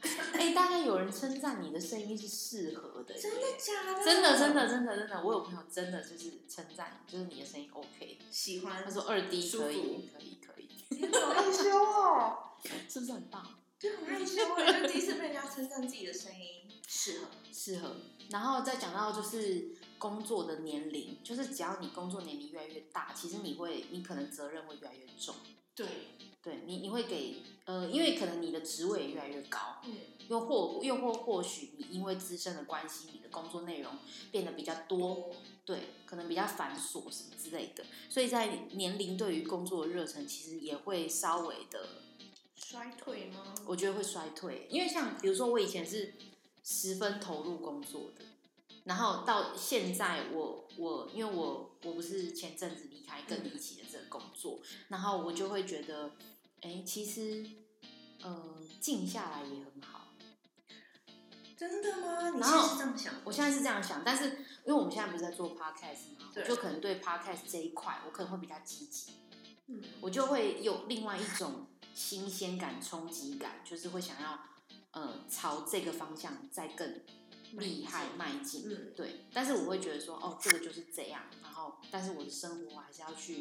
Speaker 1: 哎、大概有人称赞你的声音是适合的耶，
Speaker 2: 真的假的？
Speaker 1: 真的真的真的真的，我有朋友真的就是称赞，就是你的声音 OK，
Speaker 2: 喜欢
Speaker 1: 他，说二 D
Speaker 2: 舒服
Speaker 1: 可以可以可以，
Speaker 2: 天哪好害 羞哦，
Speaker 1: 是不是很棒？
Speaker 2: 对，很害羞哎，就第一次被人家称赞自己的声音适合，
Speaker 1: 适合。然后再讲到就是工作的年龄，就是只要你工作年龄越来越大，其实你会，你可能责任会越来越重。
Speaker 2: 对，
Speaker 1: 对你，你会给呃，因为可能你的职位也越来越高，
Speaker 2: 嗯，
Speaker 1: 又或又或或许你因为资深的关系，你的工作内容变得比较多，对，可能比较繁琐什么之类的，所以在年龄对于工作的热忱，其实也会稍微的
Speaker 2: 衰退吗？
Speaker 1: 我觉得会衰退，因为像比如说我以前是十分投入工作的，然后到现在我我因为我我不是前阵子离开跟你一起的这个工作，然后我就会觉得，哎，其实呃静下来也很好。
Speaker 2: 真的吗？你
Speaker 1: 然
Speaker 2: 现
Speaker 1: 后
Speaker 2: 在是这样想？
Speaker 1: 我现在是这样想，但是因为我们现在不是在做 podcast 嘛，我
Speaker 2: 对
Speaker 1: 就可能对 podcast 这一块我可能会比较积极，
Speaker 2: 嗯，
Speaker 1: 我就会有另外一种新鲜感、冲击感，就是会想要呃朝这个方向再更厉害迈进。
Speaker 2: 嗯，
Speaker 1: 对，但是我会觉得说，哦，这个就是这样。然后，但是我的生活我还是要去，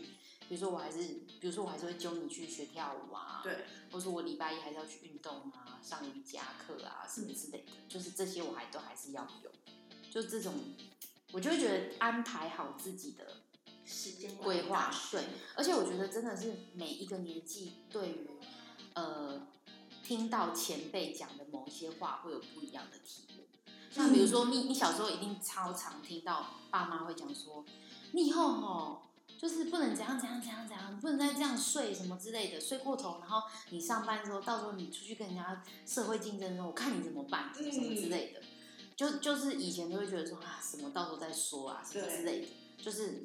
Speaker 1: 比如说我还是，比如说我还是会揪你去学跳舞啊，，
Speaker 2: 对，
Speaker 1: 或者说我礼拜一还是要去运动啊，上瑜伽课啊什么之类的，就是这些我还都还是要有。就这种，我就会觉得安排好自己的
Speaker 2: 时间
Speaker 1: 规划
Speaker 2: 大师
Speaker 1: 对，而且我觉得真的是每一个年纪对于呃听到前辈讲的某一些话会有不一样的体悟。像比如说你，你小时候一定超常听到爸妈会讲说，你以后哦，就是不能怎样怎样怎样怎样，不能再这样睡什么之类的，睡过头，然后你上班之后，到时候你出去跟人家社会竞争的时候，我看你怎么办，什么什么之类的。就就是以前都会觉得说啊，什么到时候再说啊，什么之类的，就是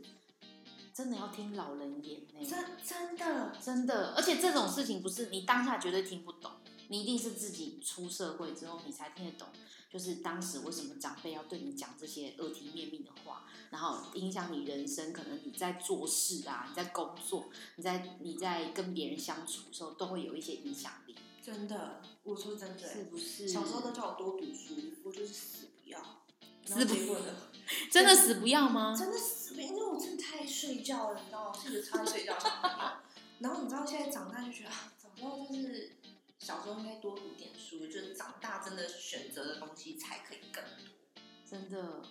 Speaker 1: 真的要听老人言呢、
Speaker 2: 真真的，
Speaker 1: 真的，而且这种事情不是你当下绝对听不懂，你一定是自己出社会之后你才听得懂，就是当时为什么长辈要对你讲这些耳提面命的话，然后影响你人生，可能你在做事啊，你在工作，你在你在跟别人相处的时候，都会有一些影响力，
Speaker 2: 真的，我说真的，欸
Speaker 1: 是不是？
Speaker 2: 小时候都叫我多读书，我就是死不要，然
Speaker 1: 死
Speaker 2: 后
Speaker 1: 不
Speaker 2: 结果呢，
Speaker 1: 真的死不要吗？
Speaker 2: 真的死不要，因为我真的太爱睡觉了，你知道吗？是一个超爱睡觉的小朋友。然后你知道现在长大就觉得啊，早不过就是小时候应该多读点书，就是长大真的选择的东西才可以更
Speaker 1: 真的，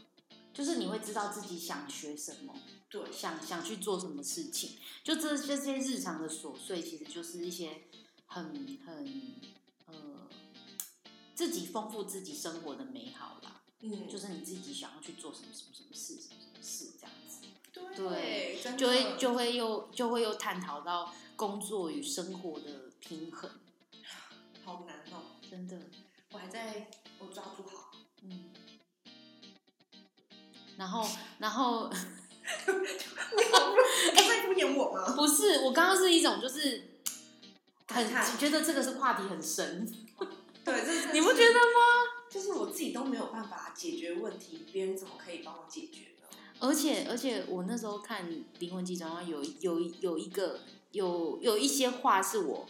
Speaker 1: 就是你会知道自己想学什么，
Speaker 2: 对。
Speaker 1: 想想去做什么事情。就这这些日常的琐碎，其实就是一些很很呃自己丰富自己生活的美好啦。
Speaker 2: 嗯，
Speaker 1: 就是你自己想要去做什么什么什么事，什么什么事这样子，
Speaker 2: 对，
Speaker 1: 对
Speaker 2: 真的
Speaker 1: 就会就会又就会又探讨到工作与生活的平衡，
Speaker 2: 好难哦。
Speaker 1: 真的，
Speaker 2: 我还在，我抓不好，
Speaker 1: 嗯。然后，然后
Speaker 2: 你在敷衍我吗？
Speaker 1: 不是我刚刚是一种就是很
Speaker 2: 感叹
Speaker 1: 觉得这个是话题很深，
Speaker 2: 对，这是
Speaker 1: 你不觉得吗？
Speaker 2: 就是我自己都没有办法解决问题，别人怎么可以帮我解决呢？
Speaker 1: 而且而且我那时候看《灵魂急转弯》有有有一个有有一些话是我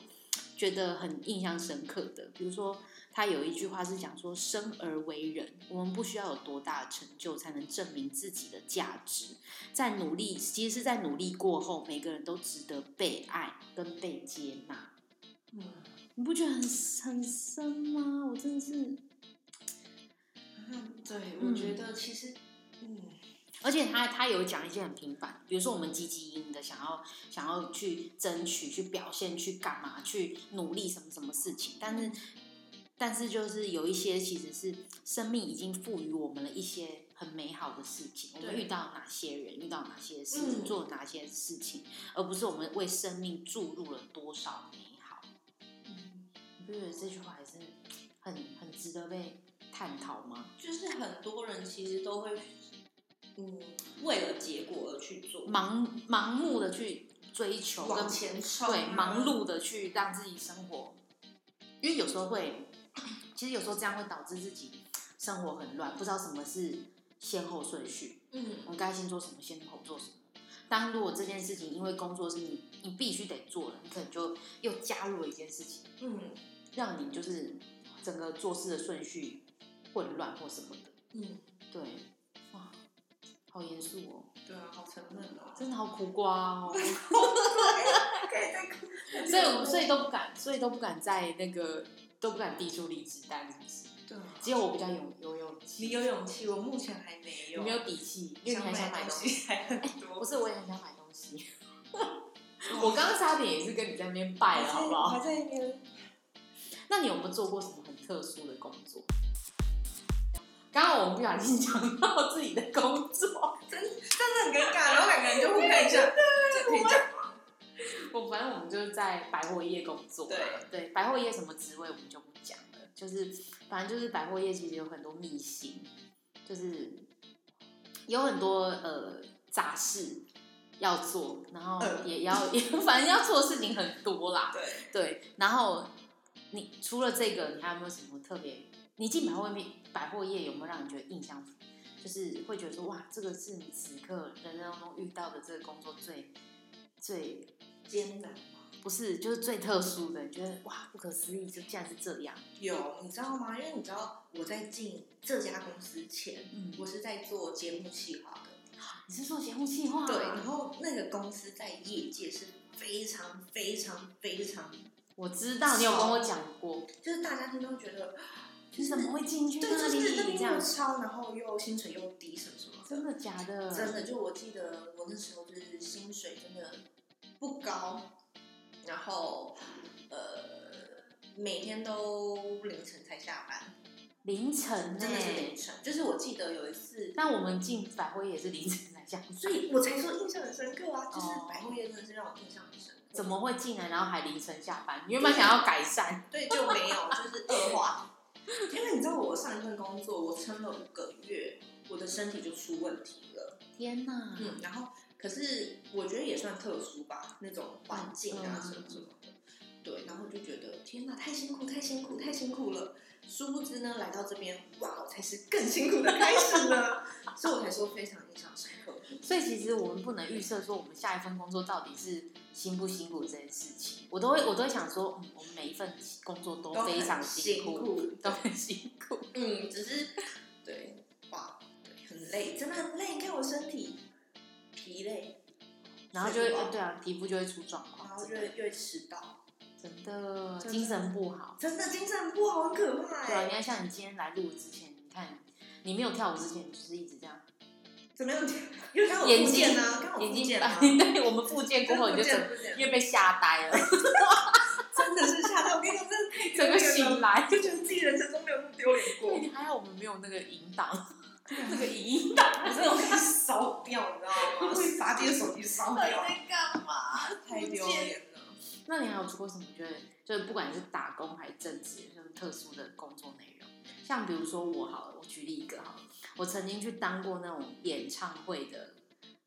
Speaker 1: 觉得很印象深刻的，比如说他有一句话是讲说“生而为人，我们不需要有多大的成就才能证明自己的价值，在努力，其实是在努力过后，每个人都值得被爱跟被接纳。”
Speaker 2: 嗯，
Speaker 1: 你不觉得很很深吗？我真的是，
Speaker 2: 对，
Speaker 1: 嗯
Speaker 2: 我觉得其实，嗯，
Speaker 1: 而且他他有讲一些很平凡，比如说我们积极应的想要想要去争取、去表现、去干嘛、去努力什么什么事情，但是但是就是有一些其实是生命已经赋予我们了一些很美好的事情，我们
Speaker 2: 对
Speaker 1: 遇到哪些人、遇到哪些事、
Speaker 2: 嗯
Speaker 1: 做哪些事情，而不是我们为生命注入了多少美好。
Speaker 2: 嗯
Speaker 1: 你不觉得这句话还是很很值得被探讨吗？
Speaker 2: 就是很多人其实都会，嗯，为了结果而去做，
Speaker 1: 盲盲目的去追求跟
Speaker 2: 往前冲啊，
Speaker 1: 对，嗯忙碌的去让自己生活，因为有时候会，其实有时候这样会导致自己生活很乱，不知道什么是先后顺序，
Speaker 2: 嗯，
Speaker 1: 我该先做什么，先后做什么。当如果这件事情因为工作是你你必须得做的，你可能就又加入了一件事情，
Speaker 2: 嗯
Speaker 1: 让你就是整个做事的顺序混乱或什么的。
Speaker 2: 嗯，
Speaker 1: 对，哇，好严肃哦，
Speaker 2: 对啊，好沉闷 哦。
Speaker 1: 真的好苦瓜哦。
Speaker 2: 对
Speaker 1: 所以我们所以都不敢，所以都不敢在那个都不敢递出离职单，是不是？
Speaker 2: 对啊，
Speaker 1: 只有我比较有有勇气，
Speaker 2: 你有勇气，我目前还没有，
Speaker 1: 你没有底气，因为你很想买
Speaker 2: 东
Speaker 1: 东西。
Speaker 2: 西还很多。
Speaker 1: 不是，我也很想买东西。 我刚刚差点也是跟你在那边拜了，好不好？
Speaker 2: 还在那边。
Speaker 1: 那你有没有做过什么很特殊的工作？刚刚我们不小心讲到自己的工作，
Speaker 2: 真的很尴尬，然后两个人就互看一下，这可以讲吗？
Speaker 1: 我反正我们就是在百货业工作。
Speaker 2: 对
Speaker 1: 对，百货业什么职位我们就不讲了，就是反正就是百货业其实有很多秘辛，就是有很多呃杂事要做，然后
Speaker 2: 嗯
Speaker 1: 也要、 也反正要做的事情很多啦。
Speaker 2: 对，
Speaker 1: 对，然后你除了这个，你还有没有什么特别？你进百货面百货业有没有让你觉得印象，就是会觉得说哇，这个是你此刻人生当中遇到的这个工作最最
Speaker 2: 艰难。
Speaker 1: 不是就是最特殊的？你觉得哇，不可思议，就竟然是这样。
Speaker 2: 有，你知道吗？因为你知道我在进这家公司前，
Speaker 1: 嗯
Speaker 2: 我是在做节目企划的，
Speaker 1: 你是做节目计划？啊
Speaker 2: 对。然后那个公司在业界是非常非常非常，
Speaker 1: 我知道你有跟我讲过，
Speaker 2: 就是大家听都觉得，
Speaker 1: 你怎么会进去
Speaker 2: 对，
Speaker 1: 那
Speaker 2: 就是那
Speaker 1: 里？
Speaker 2: 边
Speaker 1: 这
Speaker 2: 又
Speaker 1: 样
Speaker 2: 超，然后又薪水又低，什么什么
Speaker 1: 真的假的？
Speaker 2: 真的，就我记得我那时候就是薪水真的不高，然后呃每天都凌晨才下班，
Speaker 1: 凌晨呢、
Speaker 2: 真的是凌晨。就是我记得有一次，
Speaker 1: 但我们进百货也是凌晨才下班，
Speaker 2: 所以我才说印象很深刻啊，就是
Speaker 1: 哦
Speaker 2: 百货业真的是让我印象很深刻。
Speaker 1: 怎么会进来，然后还凌晨下班？你原本想要改善，
Speaker 2: 对就没有，就是恶化。因为你知道我上一份工作，我撑了五个月，我的身体就出问题了。
Speaker 1: 天哪！
Speaker 2: 嗯，然后可是我觉得也算特殊吧，那种环境啊
Speaker 1: 嗯
Speaker 2: 什么什么的，对，然后就觉得天哪，太辛苦，太辛苦，太辛苦了。殊不知呢，来到这边，哇，才是更辛苦的开始呢， 所以我才说非常印象深刻。
Speaker 1: 所以其实我们不能预测说我们下一份工作到底是辛不辛苦这件事情。我都会，我都会想说，嗯，我们每一份工作都
Speaker 2: 都
Speaker 1: 非
Speaker 2: 很
Speaker 1: 常
Speaker 2: 辛
Speaker 1: 苦，
Speaker 2: 苦，
Speaker 1: 都很辛苦。
Speaker 2: 嗯，只是对，哇，对，很累，真的很累，你看我身体疲累，
Speaker 1: 然后就会，
Speaker 2: 是吧
Speaker 1: 哦，对啊，皮肤就会出状
Speaker 2: 然
Speaker 1: 况
Speaker 2: 后
Speaker 1: 之
Speaker 2: 就
Speaker 1: 类的。
Speaker 2: 会就会迟到，
Speaker 1: 真的
Speaker 2: 真的
Speaker 1: 精神不好。
Speaker 2: 真的精神不好，很可怕
Speaker 1: 对啊，
Speaker 2: 哎、
Speaker 1: 你看像你今天来录之前，你看你没有跳舞之前，你就是一直这样，
Speaker 2: 怎么样？ 因为刚好
Speaker 1: 眼
Speaker 2: 复健
Speaker 1: 睛
Speaker 2: 啊，刚好
Speaker 1: 眼
Speaker 2: 复
Speaker 1: 睛
Speaker 2: 健啊
Speaker 1: 大。对，我们复健过后，你就
Speaker 2: 真
Speaker 1: 整
Speaker 2: 的复健
Speaker 1: 因为被吓呆 了，
Speaker 2: 真的是吓到我跟你讲，真
Speaker 1: 整个
Speaker 2: 的太丢脸了
Speaker 1: 醒来。
Speaker 2: 就觉得自己人生中没有那么丢脸过，
Speaker 1: 对，还好我们没有那个引导， 那个引导
Speaker 2: 我真的会烧掉，你知道吗？会把自己的手机烧掉，
Speaker 1: 干嘛？
Speaker 2: 太丢脸了。
Speaker 1: 那你还有做过什么？觉得就是不管你是打工还是正职，就是特殊的工作内容，像比如说我好了，我举例一个好了，我曾经去当过那种演唱会的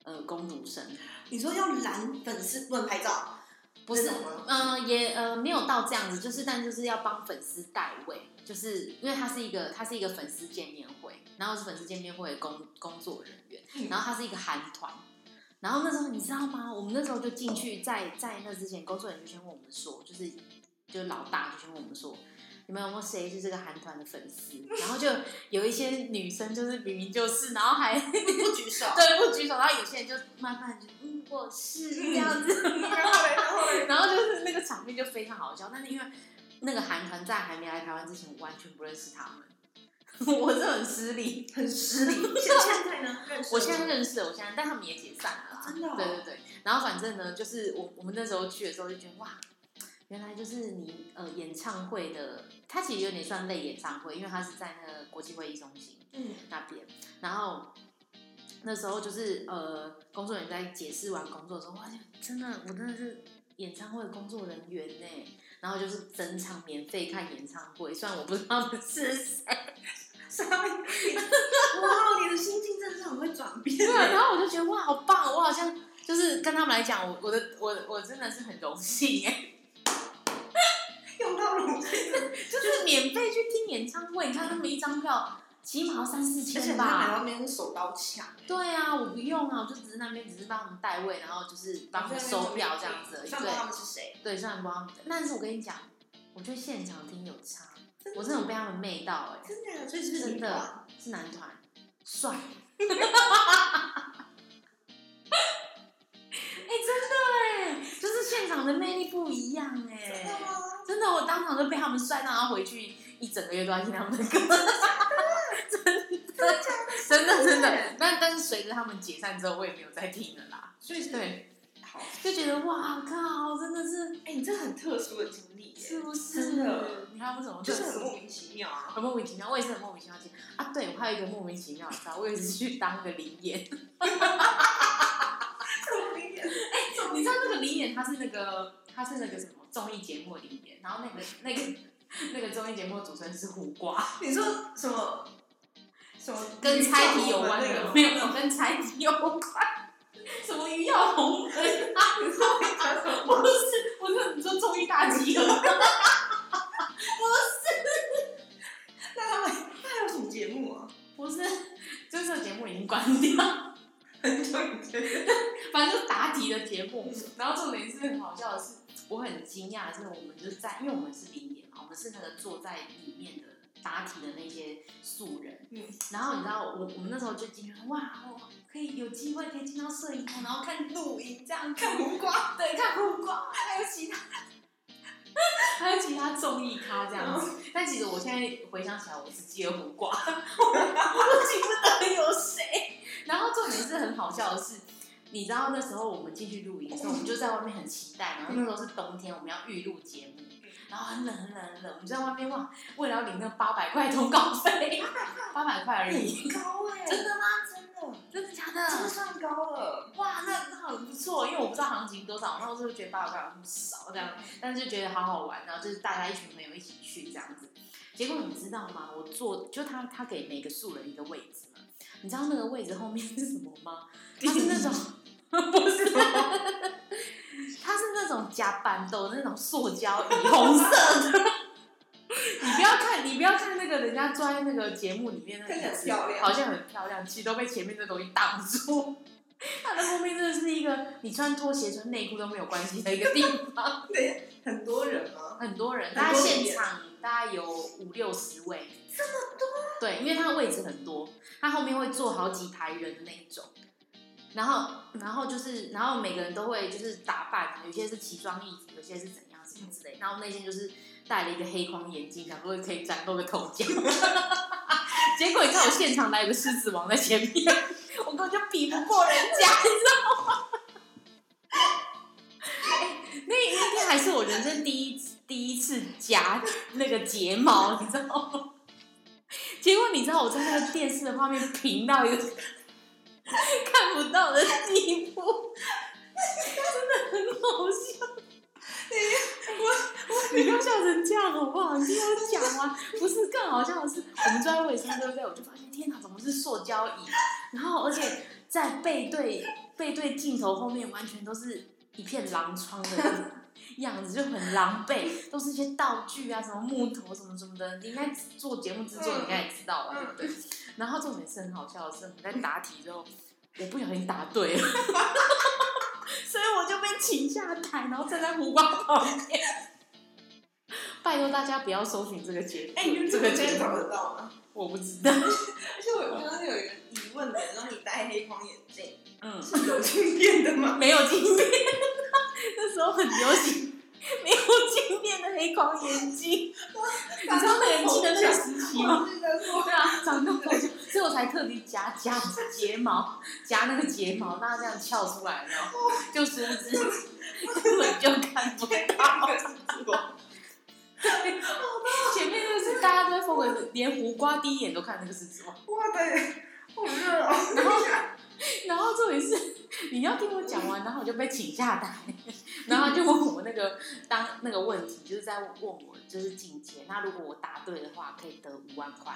Speaker 1: 呃工读生，
Speaker 2: 你说要拦粉丝不能拍照，
Speaker 1: 不是
Speaker 2: 那种吗，
Speaker 1: 嗯、也呃没有到这样子，就是但就是要帮粉丝代位，就是因为他是一个他是一个粉丝见面会，然后是粉丝见面会的工工作人员，然后他是一个韩团，然后那时候你知道吗？我们那时候就进去，在在那之前，工作人员就先问我们说，就是就是老大就先问我们说，你们有没有谁是这个韩团的粉丝？然后就有一些女生就是明明就是，然后还
Speaker 2: 不举手
Speaker 1: 对不举手，然后有些人就慢慢就嗯我是这样子，
Speaker 2: 然后嘞，然后嘞，
Speaker 1: 然后就是那个场面就非常好笑，但是因为那个韩团在还没来台湾之前，我完全不认识他们， 我是很失礼。
Speaker 2: 很失礼。现现在呢？认识了
Speaker 1: 我现在认识了，我现在，但他们也解散了啦、
Speaker 2: 真的哦
Speaker 1: 对对对，然后反正呢，就是我我们那时候去的时候就觉得哇，原来就是你呃演唱会的，它其实有点算类演唱会，因为它是在那个国际会议中心
Speaker 2: 嗯，
Speaker 1: 那边，然后。那时候就是呃，工作人员在解释完工作的时候，哇，真的，我真的是演唱会工作人员呢。然后就是整场免费看演唱会，虽然我不知道他们是谁，
Speaker 2: 傻眼哇，你的心境真的是很会转变。
Speaker 1: 对，啊然后我就觉得哇，好棒！我好像就是跟他们来讲，我我的我我真的是很荣幸哎，
Speaker 2: 用到了，
Speaker 1: 就是免费去听演唱会，你看他们一张票起码要三四
Speaker 2: 而且
Speaker 1: 千
Speaker 2: 你买
Speaker 1: 吧。
Speaker 2: 到那边手刀抢，
Speaker 1: 对啊，我不用啊，我就只是那边只是帮他们代位，然后就是帮他们收票这样子而已。
Speaker 2: 虽然不知道他
Speaker 1: 对
Speaker 2: 们是谁，
Speaker 1: 对，虽然帮，但是我跟你讲，我觉得现场听有差，
Speaker 2: 真的
Speaker 1: 我真的被他们媚到哎、
Speaker 2: 真的，所以是不是
Speaker 1: 真
Speaker 2: 女团
Speaker 1: 的是男团 帅。哎、真的哎、就是现场的魅力不一样哎、
Speaker 2: 真的吗？
Speaker 1: 真的，我当场就被他们帅到，然后回去一整个月都在听他们的 歌。真的，真的，真的。但但是随着他们解散之后，我也没有再听了啦。
Speaker 2: 所以是
Speaker 1: 对，
Speaker 2: 好，
Speaker 1: 就觉得哇靠，真的是，
Speaker 2: 哎，你这很特殊的经历耶，
Speaker 1: 是不是？
Speaker 2: 真的，
Speaker 1: 你还有什么
Speaker 2: 就
Speaker 1: 特
Speaker 2: 是很
Speaker 1: 殊？
Speaker 2: 莫名其妙啊。
Speaker 1: 很莫名其妙，我也是很莫名其妙的经历啊！对，我还有一个莫名其妙的事啊，我也是去当个灵演。哎你知道那个灵演他是那个他是那个什么综艺节目的灵演，然后那个那个那个 综艺节目的主持人是胡瓜，
Speaker 2: 你说什么？什么
Speaker 1: 跟猜题有关
Speaker 2: 那
Speaker 1: 的
Speaker 2: 个？
Speaker 1: 没有跟猜题有关，什么于耀红
Speaker 2: 哎
Speaker 1: 跟啊？你说我不是不是你说综艺大集合？
Speaker 2: 那他们那还有什么节目啊？
Speaker 1: 不是，就是这个节目已经关掉。
Speaker 2: 很久以前。
Speaker 1: 反正就是答题的节目
Speaker 2: 嗯。
Speaker 1: 然后重点是很好笑的是，我很惊讶的是，我们就是在，因为我们是零演嘛，我们是那个坐在里面的答题的那些素人。
Speaker 2: 嗯。
Speaker 1: 然后你知道，我我们那时候就进去，哇，我可以有机会可以进到摄影棚，然后看录影，这样看
Speaker 2: 胡瓜，
Speaker 1: 对，看胡瓜，还有其他， 还有其他综艺咖这样子。但其实我现在回想起来，我只记得胡瓜， 我我记不得有谁。然后重点是很好笑的是，你知道那时候我们进去录音的时候，我们就在外面很期待嘛，然后那时候是冬天，我们要预录节目。然后很冷很冷很冷，我们就在外面哇，为了要领那八百块通告 费，八百块而已，
Speaker 2: 很高哎，
Speaker 1: 真
Speaker 2: 的吗？真的，
Speaker 1: 真的假
Speaker 2: 真的
Speaker 1: 的？
Speaker 2: 算高了。
Speaker 1: 哇，那那很不错，因为我不知道行情多少，然后我就觉得八百块好像不少这样，但是就觉得好好玩，然后就是大家一群朋友一起去这样子。结果你知道吗？我坐就他他给每个素人一个位置嘛，你知道那个位置后面是什么吗？他是那种 不是，他是那种夹板豆那种塑胶椅，红色的。你不要看，你不要看那个人家坐在那个节目里面那个
Speaker 2: 看起来
Speaker 1: 椅子
Speaker 2: 很漂亮
Speaker 1: 好像很漂亮，其实都被前面的东西挡住。他的后面真的是一个你穿拖鞋、穿内裤都没有关系的一个地方，
Speaker 2: 对，很多人吗？
Speaker 1: 很多人，
Speaker 2: 很多
Speaker 1: 大概
Speaker 2: 人
Speaker 1: 现场大概有五六十位，这么多？对，因为他的位置很多，他后面会坐好几排人的那一种。然后，然后就是，然后每个人都会就是打扮，有些是奇装异服，有些是怎样怎什么之类。然后内心就是戴了一个黑框眼镜，想说可以战斗个头 奖。结果你看我现场来有个狮子王在前面， 我根本就比不过人家，你知道吗？哎 那那天还是我人生第一次第一次夹那个睫毛，你知道吗？ 结果你知道我在那个电视的画面平到一个 看不到的地步，真的很好笑。我我你不要笑成这样好不好？你听我讲完，不是更好笑的是，我们坐在卫生对不对？我就发现天哪，怎么是塑胶椅？然后而且在背对背对镜头后面，完全都是一片狼疮的样子，就很狼狈，都是一些道具啊，什么木头什么什么的。你应该做节目制作，你应该也知道吧？对不对？然后重点是很好笑的是，我在答题 之后，我不小心答对了， 所以我就被请下台，然后站在胡瓜旁边。拜托大家不要搜寻这个节目，
Speaker 2: 哎、你
Speaker 1: 这
Speaker 2: 这
Speaker 1: 个
Speaker 2: 个真
Speaker 1: 节
Speaker 2: 的找
Speaker 1: 目
Speaker 2: 得到吗？
Speaker 1: 我不知道。
Speaker 2: 而且我刚刚有一个疑问的，说你戴黑框眼镜
Speaker 1: 嗯，
Speaker 2: 是有镜片的吗？
Speaker 1: 没有镜片， 那时候很流行没有镜片的黑框眼镜， 你知道那个记得那个时期吗？
Speaker 2: 我记得说
Speaker 1: 对啊，长得好像，所以我才特地夹夹睫毛，夹那个睫毛，让它这样翘出来，然后 就殊不知根本就看不
Speaker 2: 黑框的是我，
Speaker 1: 前面那个是大家都在疯狂，连胡瓜第一眼都看那个狮子王。
Speaker 2: 哇对，好热哦。
Speaker 1: 然后，然后重点是你要听我讲完，然后我就被请下台，然后他就问我那个当那个问题，就是在问我就是境界。那如果我答对的话，可以得五万块。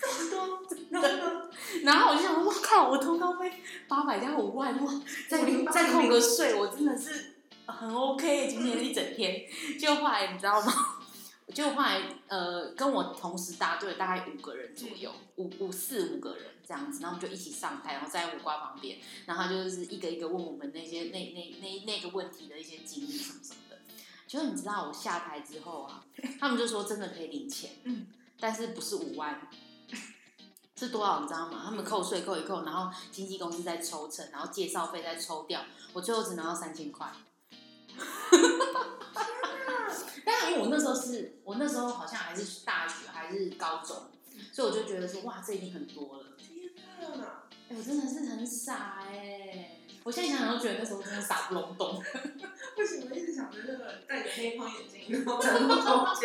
Speaker 2: 然后呢？
Speaker 1: 然后我就想说，哇靠，我通告费八百加五万，哇，再再扣个税，我真的是很 OK 今天一整天。就后来你知道吗？就后来呃，跟我同时答对大概五个人左右，五五四五个人这样子，然后我们就一起上台，然后在五瓜旁边，然后他就是一个一个问我们那些那那那那个问题的一些经历什么什么的。结果你知道我下台之后啊，他们就说真的可以领钱，
Speaker 2: 嗯，
Speaker 1: 但是不是五万，是多少你知道吗？他们扣税扣一扣，然后经纪公司再抽成，然后介绍费再抽掉，我最后只拿到三千块。 但因为我那时候是我那时候好像还是大学还是高中，所以我就觉得说哇，这已经很多了。
Speaker 2: 天哪！
Speaker 1: 哎、我真的是很傻哎、我现在想想都觉得那时候真的傻不隆咚，
Speaker 2: 为什么一直想着那个戴着黑框眼镜，然后在路头角？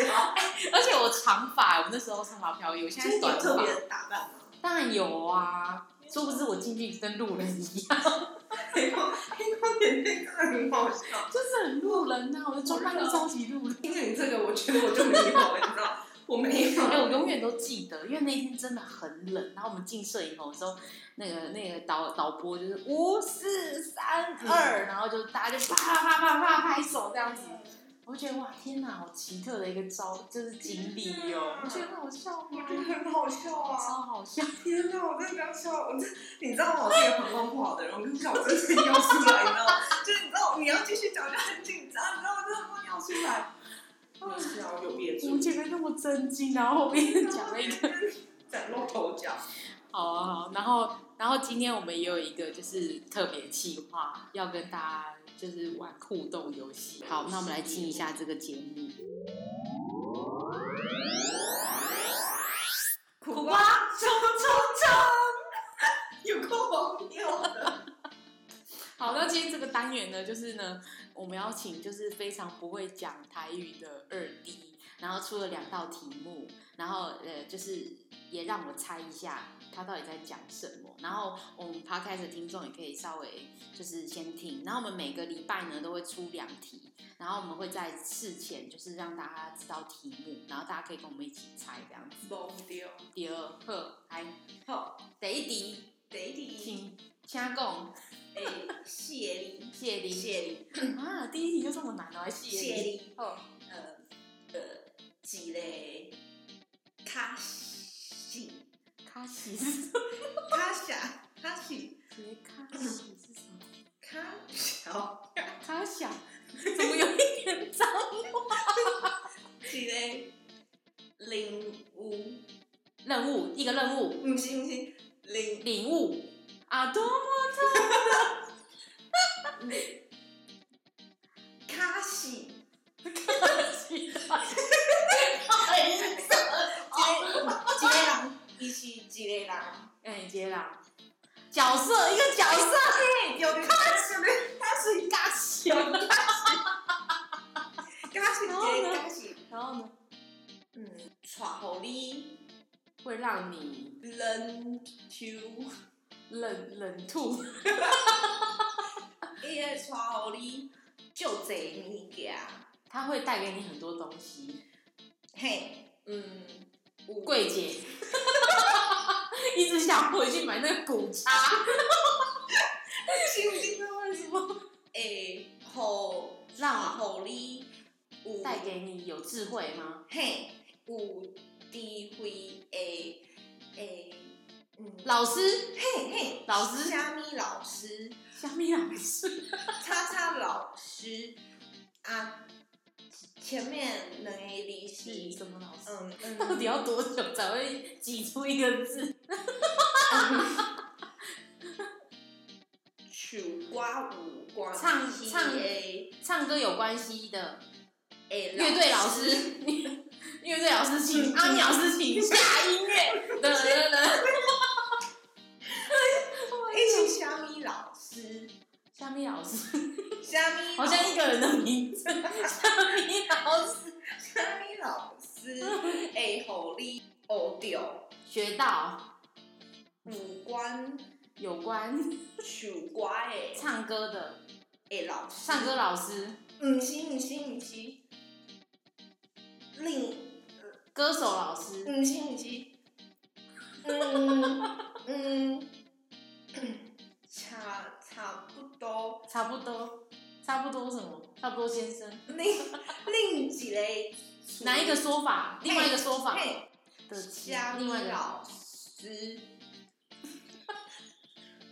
Speaker 1: 而且我长发，我那时候长发飘逸，我现在
Speaker 2: 就是是有
Speaker 1: 短
Speaker 2: 特
Speaker 1: 发
Speaker 2: 别，的打扮吗？
Speaker 1: 当然有啊，殊不知我进去跟路人一样，
Speaker 2: 黑框黑框眼镜真的很好笑。
Speaker 1: 就是很路人呐、啊，我的装扮就超级路人。
Speaker 2: 听着你这个，我觉得我就没有了，你知道吗，我没有。
Speaker 1: 哎、我永远都记得，因为那天真的很冷。然后我们进摄影棚的时候，那个那个导导播就是五四三二，然后就大家就啪啪啪啪啪拍手这样子。我就觉得哇，天哪，好奇特的一个招，就是经历哦、
Speaker 2: 嗯
Speaker 1: 你觉得好笑
Speaker 2: 我
Speaker 1: 吗？
Speaker 2: 觉得很好笑啊！
Speaker 1: 超好笑，
Speaker 2: 天哪，我真的要笑！我这你知道吗？我是一个膀胱不好的人，我跟你讲，我真的是尿出来，你知道吗？就是你知道，你要继续讲就很紧张，你知道我真的要尿出来。我笑有憋
Speaker 1: 我们
Speaker 2: 住，
Speaker 1: 前面那么震惊，然后后面讲了一个。
Speaker 2: 崭露头角。
Speaker 1: 好啊，好，然后然后今天我们也有一个就是特别企划，要跟大家就是玩互动游戏。好，那我们来听一下这个节目。
Speaker 2: 苦瓜冲冲冲，有够荒谬的。
Speaker 1: 好，那今天这个单元呢，就是呢，我们要请就是非常不会讲台语的二弟，然后出了两道题目，然后呃，就是也让我猜一下他到底在讲什么。然后我们 podcast 的听众也可以稍微就是先听，然后我们每个礼拜呢都会出两题，然后我们会在事前就是让大家知道题目，然后大家可以跟我们一起猜这样子。
Speaker 2: 无掉。
Speaker 1: 第二课，来
Speaker 2: 好，
Speaker 1: 第一题，
Speaker 2: 第一题，
Speaker 1: 请请讲
Speaker 2: 诶，谢礼，
Speaker 1: 谢林
Speaker 2: 谢礼，
Speaker 1: 啊，第一题就这么难了，还谢
Speaker 2: 谢
Speaker 1: 林。
Speaker 2: 礼。
Speaker 1: 哦
Speaker 2: 呃呃，一个卡西
Speaker 1: 卡西是
Speaker 2: 卡夏卡西
Speaker 1: 杰卡西是什么？
Speaker 2: 卡小，
Speaker 1: 卡小怎么有一点脏？
Speaker 2: 一个领悟，
Speaker 1: 任务一个任务
Speaker 2: 唔是唔是领
Speaker 1: 领悟啊，多么
Speaker 2: 卡西伊是一个人，
Speaker 1: 哎，杰啦，角色一个角色，
Speaker 2: 有卡是咧，他是
Speaker 1: 嘎起
Speaker 2: 有卡是，卡是一个卡是，
Speaker 1: 然后呢，
Speaker 2: 嗯，带互你
Speaker 1: 会让你
Speaker 2: 冷抽。
Speaker 1: 冷冷吐，
Speaker 2: 伊会带互你就侪物件，
Speaker 1: 它会带给你很多东西。
Speaker 2: 嘿，嗯，有
Speaker 1: 柜姐， 一直想回去买那个古茶，
Speaker 2: 是不是？
Speaker 1: 为什么
Speaker 2: 会互
Speaker 1: 让
Speaker 2: 互你有
Speaker 1: 带给你有智慧吗？
Speaker 2: 嘿有智慧的诶，嗯，
Speaker 1: 老师，
Speaker 2: 嘿嘿，
Speaker 1: 老师
Speaker 2: 虾米老师，
Speaker 1: 小米老师，
Speaker 2: 叉叉老师啊，前面两个字
Speaker 1: 是
Speaker 2: 是
Speaker 1: 什么老师？
Speaker 2: 嗯嗯，
Speaker 1: 到底要多久才会挤出一个字？
Speaker 2: 曲歌有关
Speaker 1: 唱
Speaker 2: 系
Speaker 1: 唱
Speaker 2: 的
Speaker 1: 唱歌有关系的，
Speaker 2: 诶
Speaker 1: 乐队老师，乐队老师请，阿米老师请下音 乐，等等等，
Speaker 2: 诶是虾米老师，
Speaker 1: 虾米老师，
Speaker 2: 虾米
Speaker 1: 好像一个人的名字， 虾米老师
Speaker 2: 虾米老师 会互你学着
Speaker 1: 学到
Speaker 2: 有关
Speaker 1: 有关
Speaker 2: 曲歌的
Speaker 1: 唱歌的
Speaker 2: 诶老师。
Speaker 1: 唱歌老师、
Speaker 2: 唔是唔是唔是，另
Speaker 1: 歌手老师、
Speaker 2: 唔是唔是，嗯嗯，差差不多。
Speaker 1: 差不多，差不多什么？差不多先生，
Speaker 2: 另另一个词
Speaker 1: 哪一个？说法？另外一个说法
Speaker 2: 嘿，
Speaker 1: 的其
Speaker 2: 虾米
Speaker 1: 另外一个
Speaker 2: 老师，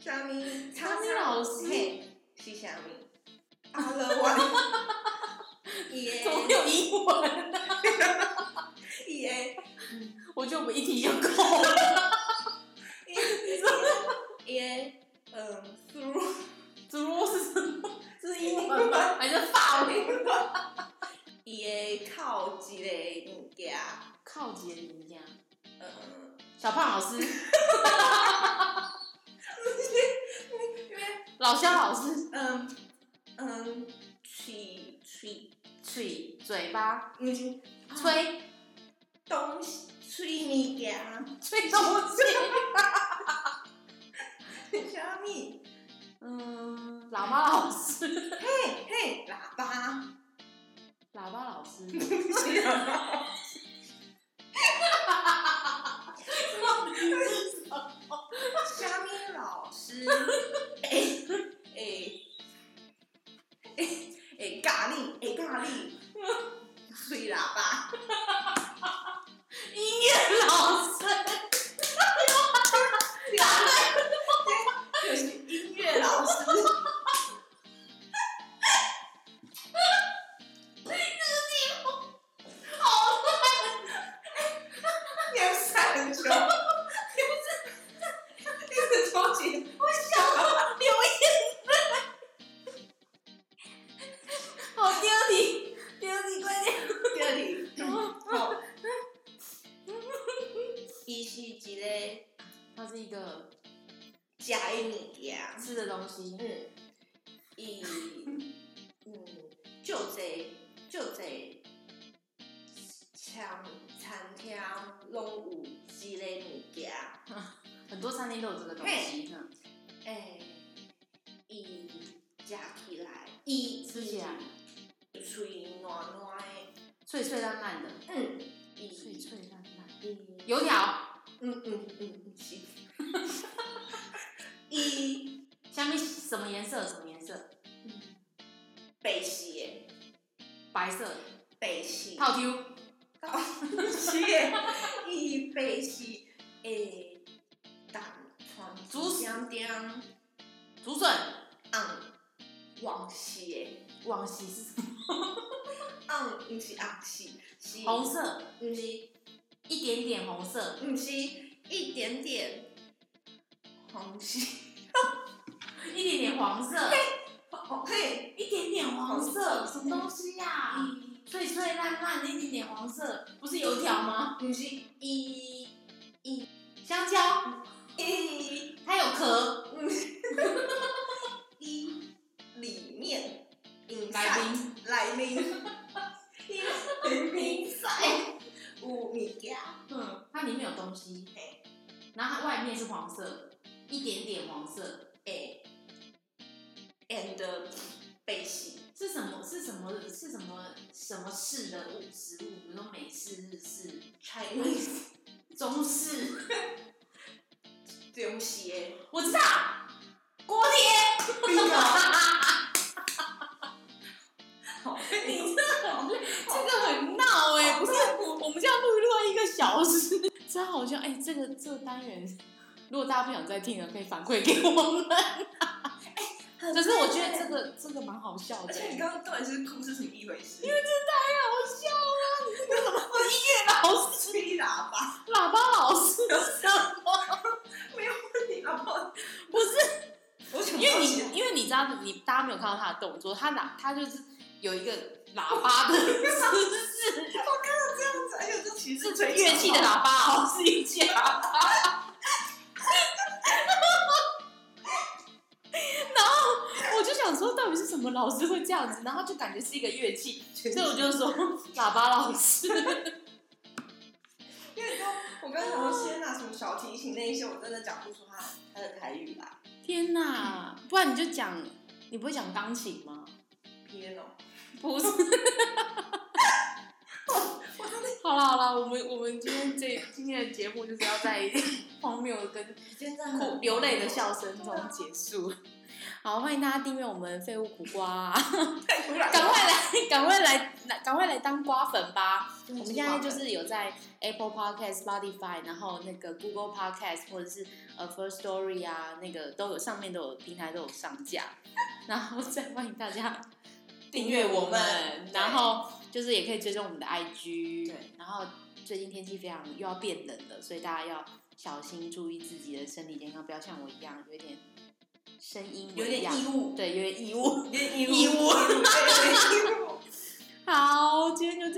Speaker 2: 虾米
Speaker 1: 虾米老师
Speaker 2: 嘿是虾米？阿乐我，耶
Speaker 1: 怎么有英文？
Speaker 2: 耶。
Speaker 1: 我觉得我们一题就够了。
Speaker 2: 也嗯，输入
Speaker 1: 猪肉是什么？是英文吗？还是法文？
Speaker 2: 伊会靠一个物件，
Speaker 1: 靠杰赢家，
Speaker 2: 嗯，
Speaker 1: 小胖老师，
Speaker 2: 因为
Speaker 1: 老肖老师，
Speaker 2: 嗯嗯，喙喙
Speaker 1: 嘴嘴巴
Speaker 2: 毋是
Speaker 1: 吹
Speaker 2: 东西喙物件，
Speaker 1: 吹东西，
Speaker 2: 啥物？
Speaker 1: 嗯，喇叭老师，
Speaker 2: 嘿嘿，喇叭，
Speaker 1: 喇叭老师，
Speaker 2: 是喇叭， 啥物老师？哎会会会会教你，会教你，吹喇叭。
Speaker 1: 音乐老师，
Speaker 2: 就是音乐老师，哦
Speaker 1: 好
Speaker 2: 你还晒很久，你不是，你是超级，
Speaker 1: 想流眼泪。 好，第二题，第二题，快点。
Speaker 2: 第二题，好，伊是一个食
Speaker 1: 它是一个
Speaker 2: 的物件，
Speaker 1: 吃的东西，
Speaker 2: 嗯，伊，嗯，就这就这。餐餐厅拢有一个物件，
Speaker 1: 很多餐厅都有这个东西。嗯
Speaker 2: 诶、伊食起来，伊
Speaker 1: 吃起来
Speaker 2: 喙软软的，
Speaker 1: 脆脆烂烂的，
Speaker 2: 嗯，伊
Speaker 1: 脆脆烂烂。
Speaker 2: 伊
Speaker 1: 油条，
Speaker 2: 嗯嗯嗯嗯是，伊
Speaker 1: 下面什么颜色？什么颜色？
Speaker 2: 白是的，
Speaker 1: 白色。
Speaker 2: 白是，
Speaker 1: 套 Q，
Speaker 2: 是的，伊白是诶，淡川
Speaker 1: 竹笋
Speaker 2: 点点
Speaker 1: 竹笋，
Speaker 2: 红黄是的，
Speaker 1: 往昔是什么？
Speaker 2: 红毋是红是是
Speaker 1: 红，色，
Speaker 2: 毋是
Speaker 1: 一点点红色，
Speaker 2: 毋是一点点红是，
Speaker 1: 一点点黄色，
Speaker 2: 哦嘿，
Speaker 1: 一点点黄色，什么东西呀、
Speaker 2: 伊。
Speaker 1: 脆脆烂烂，一点点黄色，不是油条吗？
Speaker 2: 不是伊伊
Speaker 1: 嗯
Speaker 2: 嘿，
Speaker 1: 然后它外面是黄色，一点点黄色，
Speaker 2: 哎，and 背心，
Speaker 1: 是什么？是什么？是什么？什么式的物食物？比如说美式、日式、
Speaker 2: Chinese
Speaker 1: 中式，
Speaker 2: 中鞋，
Speaker 1: 我知道，锅贴。 你这个很累，这个很闹哎、不是我我们这样录一录到一个小时，真好笑哎、这个这个单元，如果大家不想再听了，可以反馈给我们。可是我觉得这个这个蛮好笑的、欸
Speaker 2: 而且你哎刚刚到底是哭是什么一回事？因
Speaker 1: 好 笑啊！你这个什么音乐老师、
Speaker 2: 吹喇叭，
Speaker 1: 喇叭老师什么？
Speaker 2: 没有你喇叭，
Speaker 1: 不是
Speaker 2: 我想
Speaker 1: 因为你，因为你知道，你大家没有看到他的动作，他喇他就是有一个喇叭的姿势，
Speaker 2: 这样子，
Speaker 1: 哎
Speaker 2: 而且这其实
Speaker 1: 是乐器的喇叭哦，是乐器的喇叭。 然后我就想说，到底是什么老师会这样子？然后就感觉是一个乐器，
Speaker 2: 所
Speaker 1: 所以我就说喇叭老师。
Speaker 2: 因为你知道，我刚才想说先拿什么小提琴那一些，我真的讲不出他他的台语来。
Speaker 1: 天哪！不然你就讲，你不会讲钢琴吗？
Speaker 2: piano，
Speaker 1: 不是。 好啦好啦，我们我们今天这今天的节目就是要在荒谬跟
Speaker 2: 真的
Speaker 1: 苦流泪的笑声中结束。好，欢迎大家订阅我们废物苦瓜、
Speaker 2: 太突然了。
Speaker 1: 赶快来，赶快来，赶快来当瓜粉吧！
Speaker 2: 我
Speaker 1: 我们现在就是有在 Apple Podcast、Spotify，然后那个 Google Podcast 或者是呃 First Story 啊，那个都有上面都有平台都有上架， 然后再欢迎大家订阅我们，然后就是也可以追踪我们的 IG，
Speaker 2: 对
Speaker 1: 然后最近天气非常又要变冷了，所以大家要小心注意自己的身体健康，不要像我一样有一点声音
Speaker 2: 有
Speaker 1: 一
Speaker 2: 点
Speaker 1: 样
Speaker 2: 义务，
Speaker 1: 对，有点义务。
Speaker 2: 有点义
Speaker 1: 义务
Speaker 2: 务，对有点义务。
Speaker 1: 好，今天就这样。